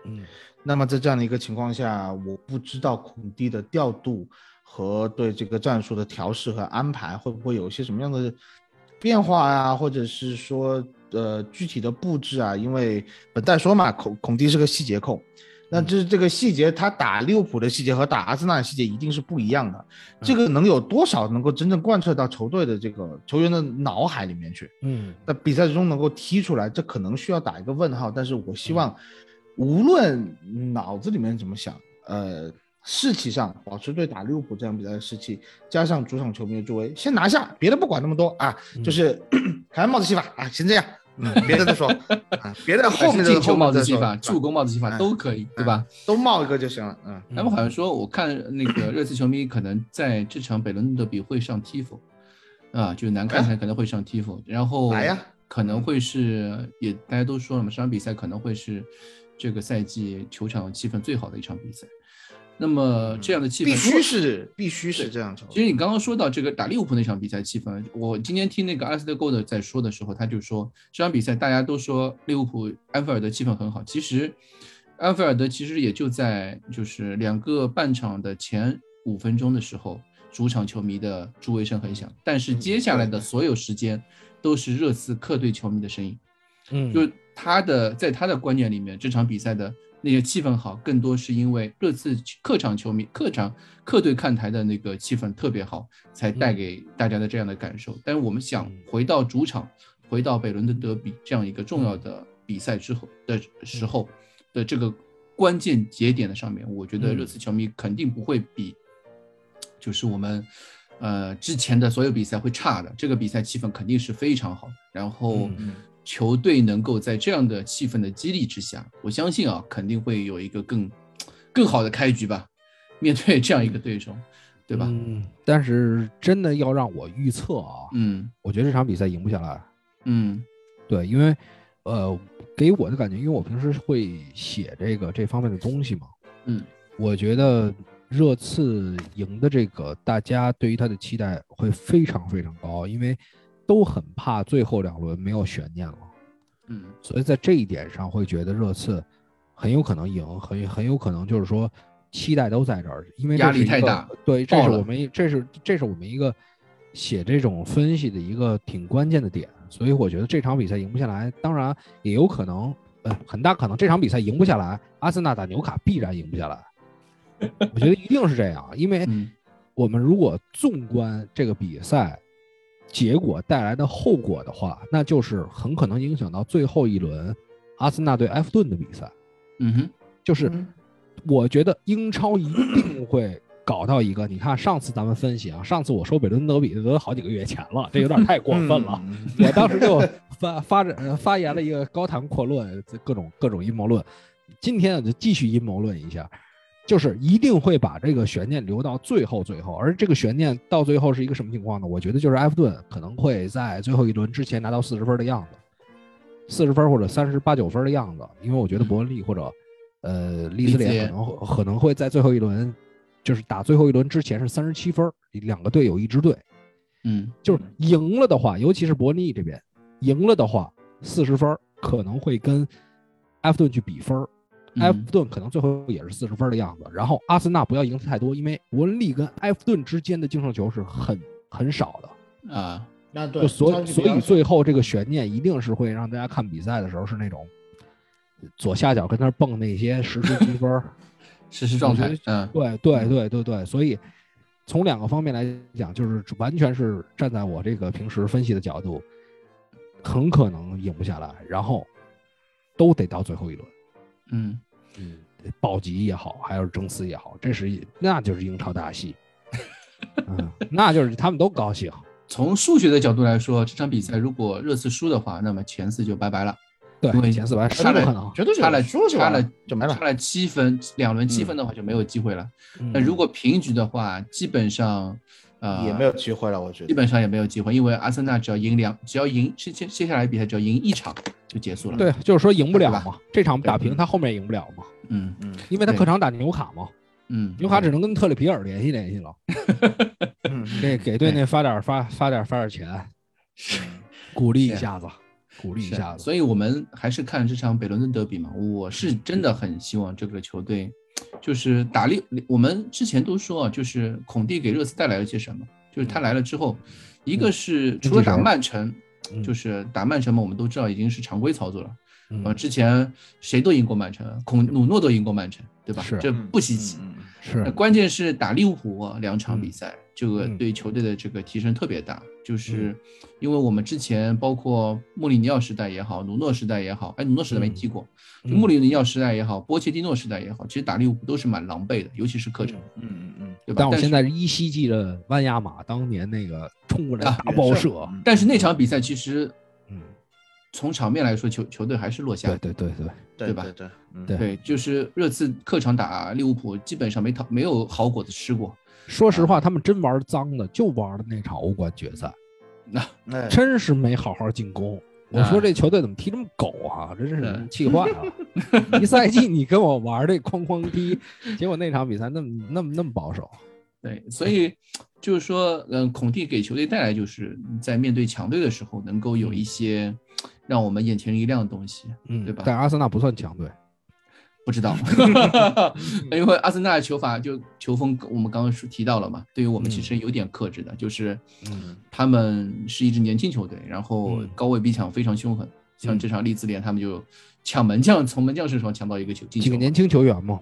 S8: 嗯
S7: 那么在这样的一个情况下，我不知道孔蒂的调度和对这个战术的调试和安排会不会有一些什么样的变化啊，或者是说呃具体的布置啊？因为本代说嘛，孔孔蒂是个细节控，那这这个细节他打利物浦的细节和打阿森纳的细节一定是不一样的。这个能有多少能够真正贯彻到球队的这个球员的脑海里面去？
S8: 嗯
S7: 那比赛中能够踢出来，这可能需要打一个问号。但是我希望，无论脑子里面怎么想，呃，士气上保持对打利物浦这场比赛的士气，加上主场球迷的助威，先拿下，别的不管那么多啊，就是 <coughs> 凯恩帽子戏法啊，先这样，嗯，别的再 <laughs> 说啊，别的后面
S6: 进
S7: 的
S6: 球
S7: 后
S6: 帽
S7: 面再
S6: 子戏
S7: 说，
S6: 法、助攻帽子戏法
S7: 哎
S6: 都可以，对吧？
S7: 都冒一个就行了，嗯，
S6: 他们好像说，我看那个热刺球迷可能在这场北伦敦德比会上踢否，啊，就南看台可能会上踢否，然后
S7: 哎来呀嗯
S6: 可能会是也大家都说了嘛，这场比赛可能会是这个赛季球场气氛最好的一场比赛。那么这样的气氛
S7: 必
S6: 如果
S7: 须是必须是这样球，
S6: 其实你刚刚说到这个打利物浦那场比赛气氛，我今天听那个阿斯特戈德在说的时候，他就说这场比赛大家都说利物浦安菲尔德气氛很好，其实安菲尔德其实也就在就是两个半场的前五分钟的时候，主场球迷的助威声很响，但是接下来的所有时间都是热刺客队球迷的声音，
S8: 嗯
S6: 就是他的在他的观念里面，这场比赛的那些气氛好，更多是因为热刺客场球迷、客场客队看台的那个气氛特别好，才带给大家的这样的感受。但是我们想
S8: 嗯
S6: 回到主场，回到北伦敦德比这样一个重
S8: 嗯
S6: 要的比赛之后的时候的这个关键节点的上面，我觉得
S8: 嗯
S6: 热刺球迷肯定不会比就是我们呃之前的所有比赛会差的。这个比赛气氛肯定是非常好的，然后
S8: 嗯
S6: 球队能够在这样的气氛的激励之下，我相信啊，肯定会有一个更更好的开局吧。面对这样一个对手，对吧？
S8: 嗯，但是真的要让我预测啊，
S6: 嗯
S8: 我觉得这场比赛赢不下来。
S6: 嗯
S8: 对，因为呃，给我的感觉，因为我平时会写这个这方面的东西嘛，
S6: 嗯
S8: 我觉得热刺赢的这个，大家对于他的期待会非常非常高，因为都很怕最后两轮没有悬念了，
S6: 嗯，
S8: 所以在这一点上会觉得热刺很有可能赢，很很有可能就是说期待都在这儿，因为这
S6: 压
S8: 是
S6: 力
S8: 一
S6: 太
S8: 个
S6: 大，
S8: 对，这
S6: 爆
S8: 是
S6: 了
S8: 我们一这是这是我们一个写这种分析的一个挺关键的点，所以我觉得这场比赛赢不下来，当然也有可能，呃，很大可能这场比赛赢不下来，阿森纳打纽卡必然赢不下来，我觉得一定是这样，因为
S6: 嗯
S8: 我们如果纵观这个比赛结果带来的后果的话，那就是很可能影响到最后一轮阿森纳对埃弗顿的比赛，
S6: 嗯哼，
S8: 就是
S7: 嗯
S8: 我觉得英超一定会搞到一个，你看上次咱们分析啊，上次我说北伦德比都好几个月前了，这有点太过分了。
S7: <laughs> 嗯
S8: 我当时就发发展呃发言了一个高谈阔论，各种各种阴谋论。今天我啊就继续阴谋论一下，就是一定会把这个悬念留到最后最后，而这个悬念到最后是一个什么情况呢？我觉得就是埃弗顿可能会在最后一轮之前拿到四十分的样子，四十分或者三十八九分的样子，因为我觉得伯恩利或者呃利兹
S6: 利兹
S8: 联
S6: 联
S8: 可能会可能会在最后一轮，就是打最后一轮之前是三十七分，两个队有一支队。
S6: 嗯，
S8: 就是赢了的话，尤其是伯尼这边赢了的话，四十分儿可能会跟埃弗顿去比分儿，
S6: 嗯
S8: 埃弗顿可能最后也是四十分儿的样子。然后阿森纳不要赢太多，因为伯恩利跟埃弗顿之间的净胜球是很很少的，
S6: 啊，
S7: 那对，
S8: 就所以
S7: 相距
S8: 所
S7: 比较
S8: 以最后这个悬念一定是会让大家看比赛的时候是那种左下角跟那儿蹦那些实时积分儿。
S6: 实时状
S8: 我
S6: 态
S8: 觉，
S6: 嗯
S8: 对对对对对，所以从两个方面来讲，就是完全是站在我这个平时分析的角度，很可能赢不下来，然后都得到最后一轮，
S6: 嗯，
S8: 嗯，保级也好，还有争四也好，这是一那就是英超大
S6: <laughs>
S8: 戏，嗯，那就是他们都高兴，
S6: 从数学的角度来说，这场比赛如果热刺输的话，那么前四就拜拜了，因为
S8: 对，前四排
S6: 差
S8: 是不可能
S6: 了，
S7: 绝对是
S6: 差了
S7: 输了就
S6: 差
S7: 完了
S6: 了
S7: 就没了
S6: 差了七分，两轮七分的话就没有机会了。那如
S8: 嗯
S6: 果平局的话，基本上呃
S7: 也没有机会了，我觉
S6: 基
S7: 得。
S6: 本上也没有机会，因为阿森纳只要赢两，只要赢接接接下来比赛只要赢一场就结束了。
S8: 对，就是说赢不了
S6: 对吧
S8: 嘛，这场打
S6: 对
S8: 平他后面赢不了嘛，
S6: 嗯
S7: 嗯
S8: 因为他
S6: 对
S8: 客场打纽卡嘛，
S6: 嗯，
S8: 纽卡只能跟特里皮尔联系联系
S6: <laughs>
S8: 了。
S7: 嗯，
S8: 给给队内发点儿发发点儿发点儿钱，鼓励一下子，鼓励一
S6: 是
S8: 下子。
S6: 所以我们还是看这场北伦敦德比嘛。我是真的很希望这个球队，就是打利。我们之前都说啊，就是孔蒂给热刺带来了些什么，就是他来了之后，一个是除了打曼城，
S8: 嗯
S6: 就是打曼城嘛，我们都知道已经是常规操作了。
S8: 嗯
S6: 呃，之前谁都赢过曼城，孔努诺都赢过曼城，对吧？
S8: 是
S6: 这不稀奇。
S7: 嗯嗯嗯
S6: 那
S8: 是，
S6: 关键是打利物浦啊两场比赛，这个
S8: 嗯
S6: 对球队的这个提升特别大，就是因为我们之前包括穆里尼奥时代也好，努诺时代也好，哎，努诺时代没踢过，
S8: 嗯
S6: 就穆里尼奥时代也好，波切蒂诺时代也好，其实打利物浦都是蛮狼狈的，尤其是客场，
S7: 嗯嗯嗯
S6: 对吧？
S8: 但我
S6: 但
S8: 现
S6: 是
S8: 在依稀记着弯亚马当年那个冲过来
S6: 啊
S8: 大爆射，
S7: 嗯，
S6: 但是那场比赛其实
S8: 嗯，
S6: 从场面来说，球球队还是落下
S8: 对对
S6: 的。
S8: 对对，
S7: 对
S6: 对吧
S7: 对对嗯
S8: 对
S6: 对，就是热刺客场打利物浦，基本上没讨没有好果子吃过。
S8: 说实
S6: 啊
S8: 话，他们真玩脏的，就玩的那场欧冠决赛，
S7: 哎
S8: 真是没好好进攻。我
S6: 啊
S8: 说这球队怎么踢这么狗啊？真是
S6: 嗯
S8: 气坏了！一赛季你跟我玩这哐哐踢，结果那场比赛那么那么那么保守，
S6: 对，所以就是说，嗯，孔蒂给球队带来就是在面对强队的时候，能够有一些让我们眼前一亮的东西，
S8: 嗯，
S6: 对吧
S8: 但阿森纳不算强队，
S6: 不
S8: <laughs>
S6: 知道，因为阿森纳的球法就球风，我们刚刚说提到了嘛，对于我们其实有点克制的，就是
S8: 嗯
S6: 他们是一支年轻球队，然后
S8: 嗯
S6: 高位逼抢非常凶狠，像
S8: 嗯
S6: 这场利兹联他们就抢门将，从门将身上抢到一个球进
S8: 几个
S6: 球，
S8: 年轻球员嘛，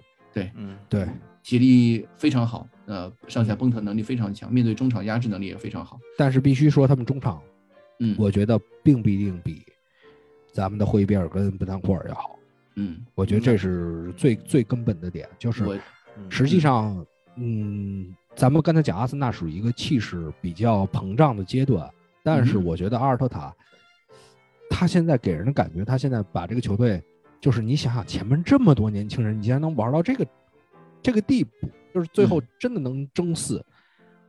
S7: 嗯
S8: 对，
S6: 体力非常好，呃，上
S8: 嗯
S6: 下奔腾能力非常强，面对中场压制能力也非常好，
S8: 但是必须说他们中场
S6: 嗯，
S8: 我觉得并不一定比咱们的霍伊比尔跟本坦库尔要好。
S6: 嗯，
S8: 我觉得这是最最根本的点，就是
S6: 我。
S7: 嗯
S8: 实际上，嗯，咱们刚才讲阿森纳属于一个气势比较膨胀的阶段，但是
S6: 嗯
S8: 我觉得阿尔特塔，他现在给人的感觉，他现在把这个球队，就是你想想前面这么多年轻人，你竟然能玩到这个这个地步，就是最后真的能争四。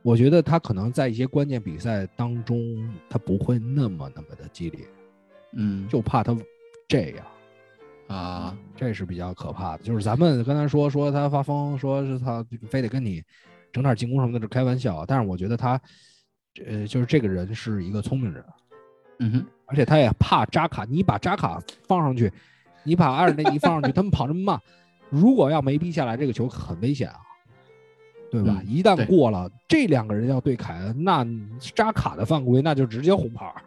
S8: 我觉得他可能在一些关键比赛当中，他不会那么那么的激烈，
S6: 嗯，
S8: 就怕他这样。
S6: 啊，
S8: 这是比较可怕的。就是咱们刚才说说他发疯，说是他非得跟你整点进攻什么的，这开玩笑。啊但是我觉得他，呃，就是这个人是一个聪明人，
S6: 嗯哼，
S8: 而且他也怕扎卡。你把扎卡放上去，你把阿尔内尼放上去，他们跑这么慢，如果要没逼下来，这个球很危险啊，对吧？
S6: 嗯
S8: 一旦
S6: 对
S8: 过了，这两个人要对凯恩，那扎卡的犯规那就直接红牌儿。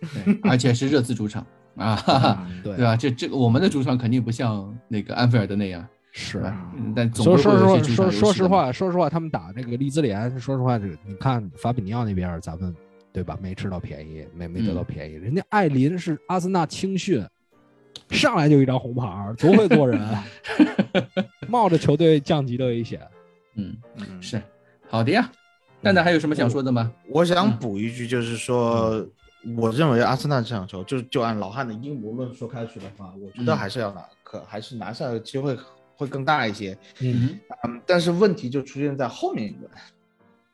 S6: 对，而且是热刺主场啊，哈哈，
S8: 嗯对
S6: 对吧？这这个我们的主场肯定不像那个安菲尔德那样，
S8: 是啊
S6: 吧嗯但总
S8: 说
S6: 归会
S8: 说
S6: 有
S8: 实话，
S6: 一些主
S8: 说说
S6: 场优势
S8: 实
S6: 的嘛，
S8: 话，说实话，他们打那个利兹联，说实话，这个你看法比尼奥那边，咱们对吧？没吃到便宜，没没得到
S6: 嗯
S8: 便宜。人家艾琳是阿森纳青训，上来就一张红牌儿，多会
S6: <laughs>
S8: 做人，冒着球队降级的危险。
S6: 嗯，
S7: 嗯
S6: 是好的呀。蛋蛋还有什么
S8: 哦
S6: 想说的吗？
S7: 我想补一句，就是说，我认为阿森纳这场球，就是就按老汉的阴谋论说开去的话，我觉得
S6: 嗯
S7: 还是要拿，可还是拿下的机会会更大一些。
S6: 嗯
S7: 嗯，但是问题就出现在后面一轮，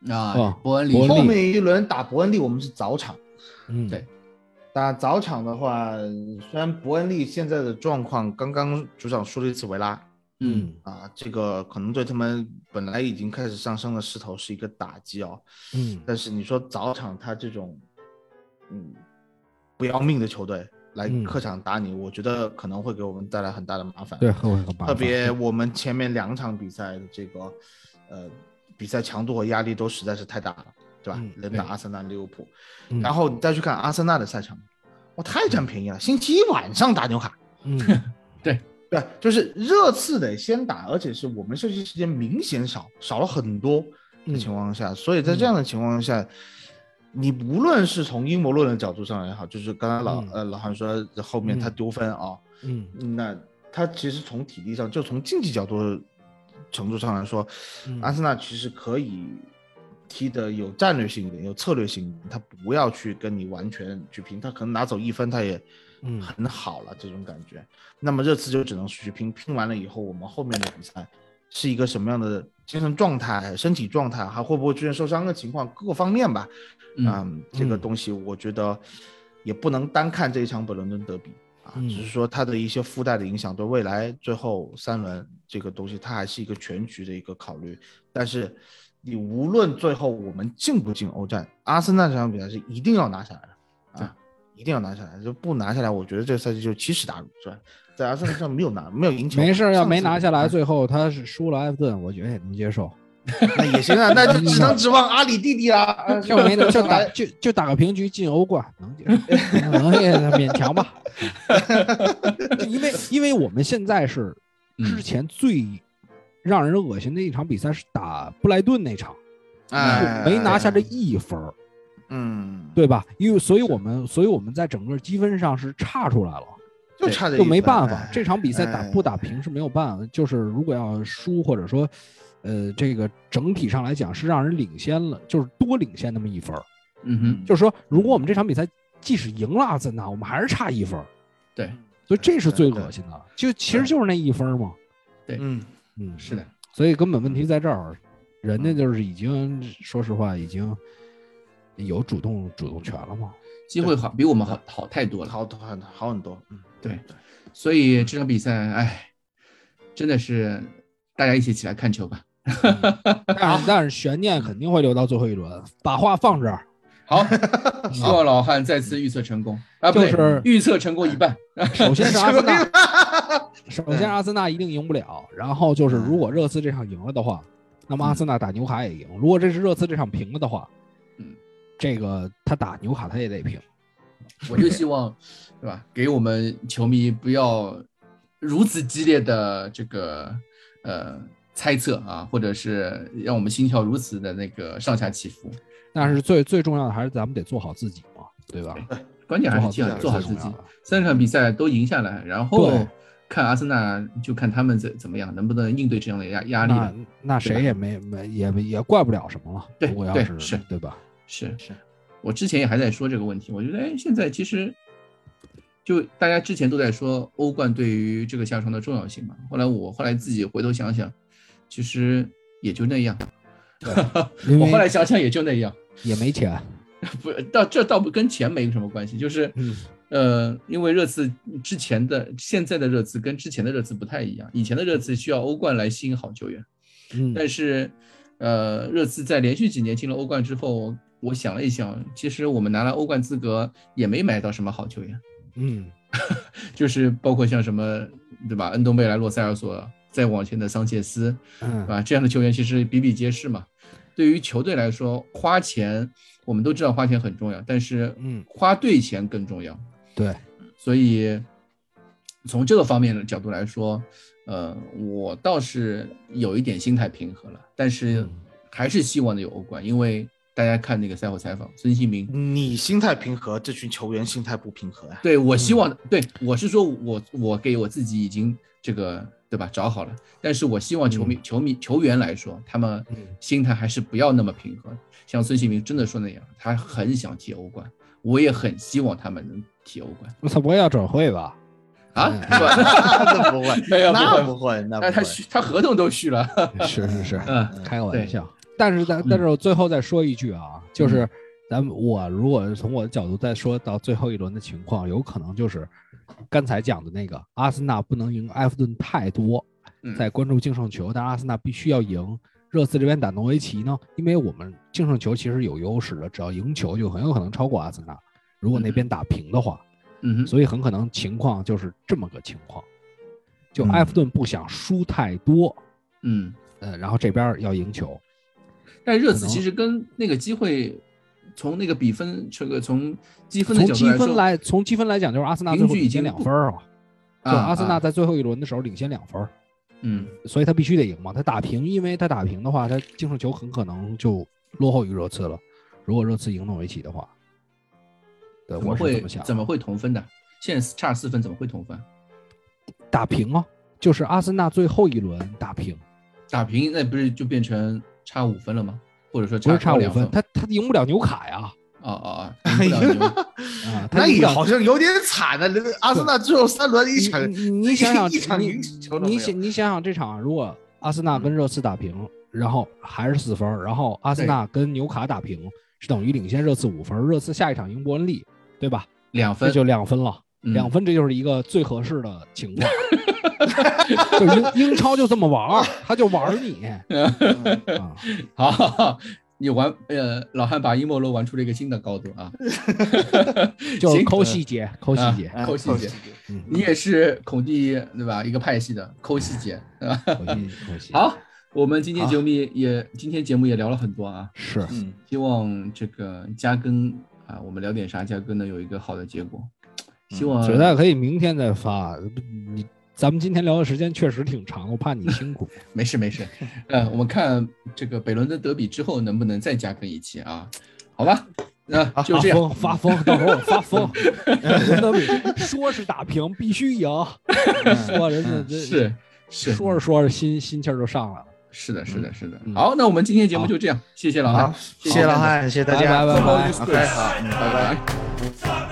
S6: 哼啊
S8: 哦，
S6: 伯恩
S8: 伯
S6: 利
S8: 恩利
S7: 后面一轮打伯恩利，我们是早场。
S8: 嗯，
S6: 对
S7: 打早场的话，虽然伯恩利现在的状况，刚刚主场输了一次维拉
S6: 嗯，
S7: 啊，这个可能对他们本来已经开始上升的势头是一个打击哦。
S8: 嗯，
S7: 但是你说早场他这种，嗯，不要命的球队来
S8: 嗯
S7: 客场打你，我觉得可能会给我们带来很大的麻烦。
S8: 对，，后很麻
S7: 特
S8: 烦
S7: 别我们前面两场比赛的这个，呃，比赛强度和压力都实在是太大了，对吧
S8: 嗯？
S7: 能、打阿森纳、利物浦，
S8: 嗯
S7: 然后你再去看阿森纳的赛场，哇，太占便宜了！星期一晚上打纽卡，
S8: 嗯
S6: <laughs>
S7: 对，就是热刺得先打，而且是我们休息时间明显少少了很多的情况下，所以在这样的情况下，你无论是从阴谋论的角度上也好，就是刚才老、
S8: 嗯
S7: 呃老韩说后面他丢分啊，
S8: 嗯
S7: 那他其实从体力上，就从竞技角度程度上来说，
S8: 嗯
S7: 阿森纳其实可以踢得有战略性一点，有策略性一点，他不要去跟你完全去拼，他可能拿走一分，他也
S8: 嗯
S7: 很好了、这种感觉。那么热刺就只能是去拼，拼完了以后，我们后面的比赛是一个什么样的精神状态、身体状态，还会不会出现受伤的情况，各个方面吧。
S6: 嗯，
S7: 啊这个
S8: 嗯
S7: 东西我觉得也不能单看这一场本伦敦德比啊，
S8: 嗯
S7: 只是说它的一些附带的影响对未来最后三轮这个东西，它还是一个全局的一个考虑。但是你无论最后我们进不进欧战，阿森纳这场比赛是一定要拿下来的啊，一定要拿下来，就不拿下来，我觉得这个赛季就奇耻大辱，是吧？在阿森纳上没有拿，没有赢球，
S8: 没事儿，要
S7: 上次
S8: 没拿下来，
S6: 嗯
S7: 啊
S8: 最后他是输了埃弗顿，我觉得也能接受。
S7: <laughs> 那也行啊，那
S8: 嗯
S7: 就只能指望阿里弟弟啦，啊
S8: 就没得就哎打就就打个平局进欧冠能接 <laughs> 受，能也勉强 <laughs> 吧。因为因为我们现在是
S7: 嗯
S8: 之前最让人恶心的一场比赛是打布莱顿那场，
S7: 哎，
S8: <laughs> 没拿下这一分儿，
S7: 嗯，
S8: 对吧？因为所以我们所以我们在整个积分上是差出来了。
S7: 就差这
S8: 就
S7: 一
S8: 没
S7: 分
S8: 办法
S7: 哎，
S8: 这场比赛打
S7: 哎
S8: 不打平是没有办法，就是如果要输或者说，呃，这个整体上来讲是让人领先了，就是多领先那么一分儿。
S6: 嗯哼，
S8: 就是说，如果我们这场比赛即使赢了阿森纳，我们还是差一分儿，
S6: 对
S8: 所以这是最
S7: 对
S8: 恶心的。就其实就是那一分儿嘛，
S7: 嗯，
S8: 嗯，
S6: 是的，
S8: 所以根本问题在这儿，人
S7: 嗯
S8: 家就是已经说实话已经有主动主动权了
S7: <laughs>
S8: 嘛。
S6: 机会好比我们好好太多了。
S7: 好很好很多，嗯，
S6: 对所以这场比赛，哎，真的是大家一起起来看球吧。
S8: 但是但是悬念肯定会留到最后一轮，把话放
S7: <laughs>
S8: 这儿。 <laughs>
S6: 好，希望老汉再次预测成功啊，不
S8: 就
S6: 对
S8: 是
S6: 预测成功一半。
S8: 首先是阿森纳， <laughs> 首先阿森纳一定赢不了。然后就是，如
S7: 嗯
S8: 果热刺这场赢了的话，那么阿森纳打纽卡也赢。如果这是热刺这场平了的话，
S6: 嗯，
S8: 这个他打纽卡他也得平。
S6: 我就希望，对吧？给我们球迷不要如此激烈的这个呃猜测啊，或者是让我们心跳如此的那个上下起伏。
S8: 但是最最重要的还是咱们得做好自己嘛，对吧？
S6: 关哎键还是
S8: 做好
S6: 要做好自
S8: 最重
S6: 己
S8: 要的，啊
S6: 三场比赛都赢下来，然后
S8: 对
S6: 看阿森纳就看他们怎怎么样，能不能应对这样的压压力
S8: 那
S6: 了。
S8: 那谁也没没也也怪不了什么了。
S6: 对
S8: 如果要
S6: 对
S8: 是
S6: 是
S8: 对吧？
S6: 是
S7: 是，
S6: 我之前也还在说这个问题，我觉得哎，现在其实就大家之前都在说欧冠对于这个下床的重要性嘛，后来我后来自己回头想想，其实也就那样。
S8: 因
S6: 我后来
S8: 为
S6: 想想也就那样，
S8: 也没钱。
S6: 不，到这倒不跟钱没什么关系，就是
S8: 嗯
S6: 呃，因为热刺之前的现在的热刺跟之前的热刺不太一样，以前的热刺需要欧冠来吸引好球员，
S8: 嗯，
S6: 但是，呃，热刺在连续几年进了欧冠之后，我想了一想，其实我们拿了欧冠资格也没买到什么好球员，
S8: 嗯
S6: 就是包括像什么对吧，恩东贝莱、洛塞尔索，再往前的桑切斯，
S8: 嗯
S6: 啊，这样的球员其实比比皆是嘛。对于球队来说，花钱我们都知道花钱很重要，但是
S8: 嗯
S6: 花对钱更重要。
S8: 对， <laughs>
S6: 所以从这个方面的角度来说，呃，我倒是有一点心态平衡了，但是
S8: 嗯
S6: 还是希望能有欧冠，因为大家看那个赛后采访，孙兴民。
S7: 你心态平和，这群球员心态不
S6: <laughs>
S7: 平和呀、
S6: 对我希望，
S8: 嗯
S6: 对我是说我我给我自己已经这个对吧找好了，但是我希望球迷、球迷球员来说，他们
S8: 嗯
S6: 心态还是不要那么平和。像孙兴民真的说那样，他很想踢欧冠，我也很希望他们能踢欧冠
S8: 我操，不会要转会吧？ <laughs>
S6: 啊，
S8: 嗯
S6: 是吧？
S7: 那不会，
S6: 没有不会
S7: 那不会，
S6: 那
S7: 那不会。
S6: <laughs> 他续他合同都续了，
S8: 是是
S6: <laughs>
S8: 是，
S6: 嗯，
S8: 开个
S6: 对
S8: 玩笑。但是咱，但是我最后再说一句啊，就是咱们我如果从我的角度再说到最后一轮的情况，有可能就是刚才讲的那个，阿森纳不能赢埃弗顿太多
S6: 嗯，
S8: 在关注净胜球，但是阿森纳必须要赢。热刺这边打诺维奇呢，因为我们净胜球其实有优势的，只要赢球就很有可能超过阿森纳。如果那边打平的话，
S6: 嗯哼，
S8: 所以很可能情况就是这么个情况，就埃弗顿不想输太多，
S6: 嗯。
S8: 呃，然后这边要赢球，
S6: 但是热
S8: 可
S6: 刺
S8: 能
S6: 其实跟那个机会，从那个比分这个从积分的
S8: 从
S6: 角度
S8: 积
S6: 来
S8: 分
S6: 说，
S8: 来，从积分来讲，就是阿森纳
S6: 平
S8: 最后
S6: 局
S8: 领
S6: 已经
S8: 先两
S6: 不
S8: 分儿啊，就
S6: 啊，
S8: 阿森纳
S6: 啊
S8: 在最后一轮的时候领先两分儿，
S6: 嗯
S8: 所以他必须得赢嘛。他打平，因为他打平的话，他净胜球很可能就落后于热刺了。如果热刺赢诺维奇的话，对，
S6: 怎么
S8: 我是
S6: 会
S8: 这么想的。
S6: 怎么会同分的？现在差四分，怎么会同分？
S8: 打平啊？就是阿森纳最后一轮打平，
S6: 打平那不是就变成差五分了吗？或者说
S8: 不是差
S6: 差
S8: 五
S6: 两
S8: 分，他哎他赢不了纽卡呀，
S6: 啊啊啊！赢不了牛
S8: 啊，他
S7: 哎那
S8: 赢不
S7: 也
S8: 了
S7: 好像有点惨呢。阿森纳最后三轮一场，
S8: 你你你想想，
S7: <laughs> 一场
S8: 你
S7: 赢球都没
S8: 你
S7: 有嗯
S8: 想你想想这场，如果阿森纳跟热刺打平，然后还是四分儿，然后阿森纳跟纽卡打平，是等于领先热刺五分儿，热刺下一场赢伯恩利，对吧？
S6: 两
S8: 这 <laughs>
S6: 分
S8: 就两分了，
S6: 嗯
S8: 两分这就是一个最合适的情况。 <laughs> 就英英超就这么玩儿，他就玩儿你
S6: <laughs>
S8: 啊！
S6: 好。你玩呃，老汉把阴谋论玩出了一个新的高度
S8: <laughs>
S6: 啊！
S8: 就
S6: 行
S8: 抠细节，抠细节，
S6: 啊抠细节，
S8: 嗯
S6: 你也是孔蒂对吧？一个派系的抠细节，对吧？
S8: 抠细节，抠细节。
S6: 好，我们今天节目也今天节目也聊了很多啊，
S8: 是，
S7: 嗯，
S6: 希望这个加更啊，我们聊点啥加更呢？有一个好的结果。希望
S8: 觉得可以明天再发。你咱们今天聊的时间确实挺长，我怕你辛苦。
S6: 没事没事，呃，我们看这个北伦敦德比之后能不能再加更一期啊？好吧，那就这样。
S8: 发疯，发疯，到时候
S6: <laughs>
S8: 我发疯。人德比说是打平，必须赢，说人家这
S6: 哎是是
S8: 说着说着心心气儿就上来了。
S6: 是的是的是的。
S8: 嗯
S6: 好，那我们今天节目就这样，谢谢老
S7: 好
S6: 汉，，
S7: 谢谢老汉，谢谢大家，
S8: 拜拜拜拜
S7: ，OK，好，嗯，拜拜。
S6: 拜拜。
S4: Fuck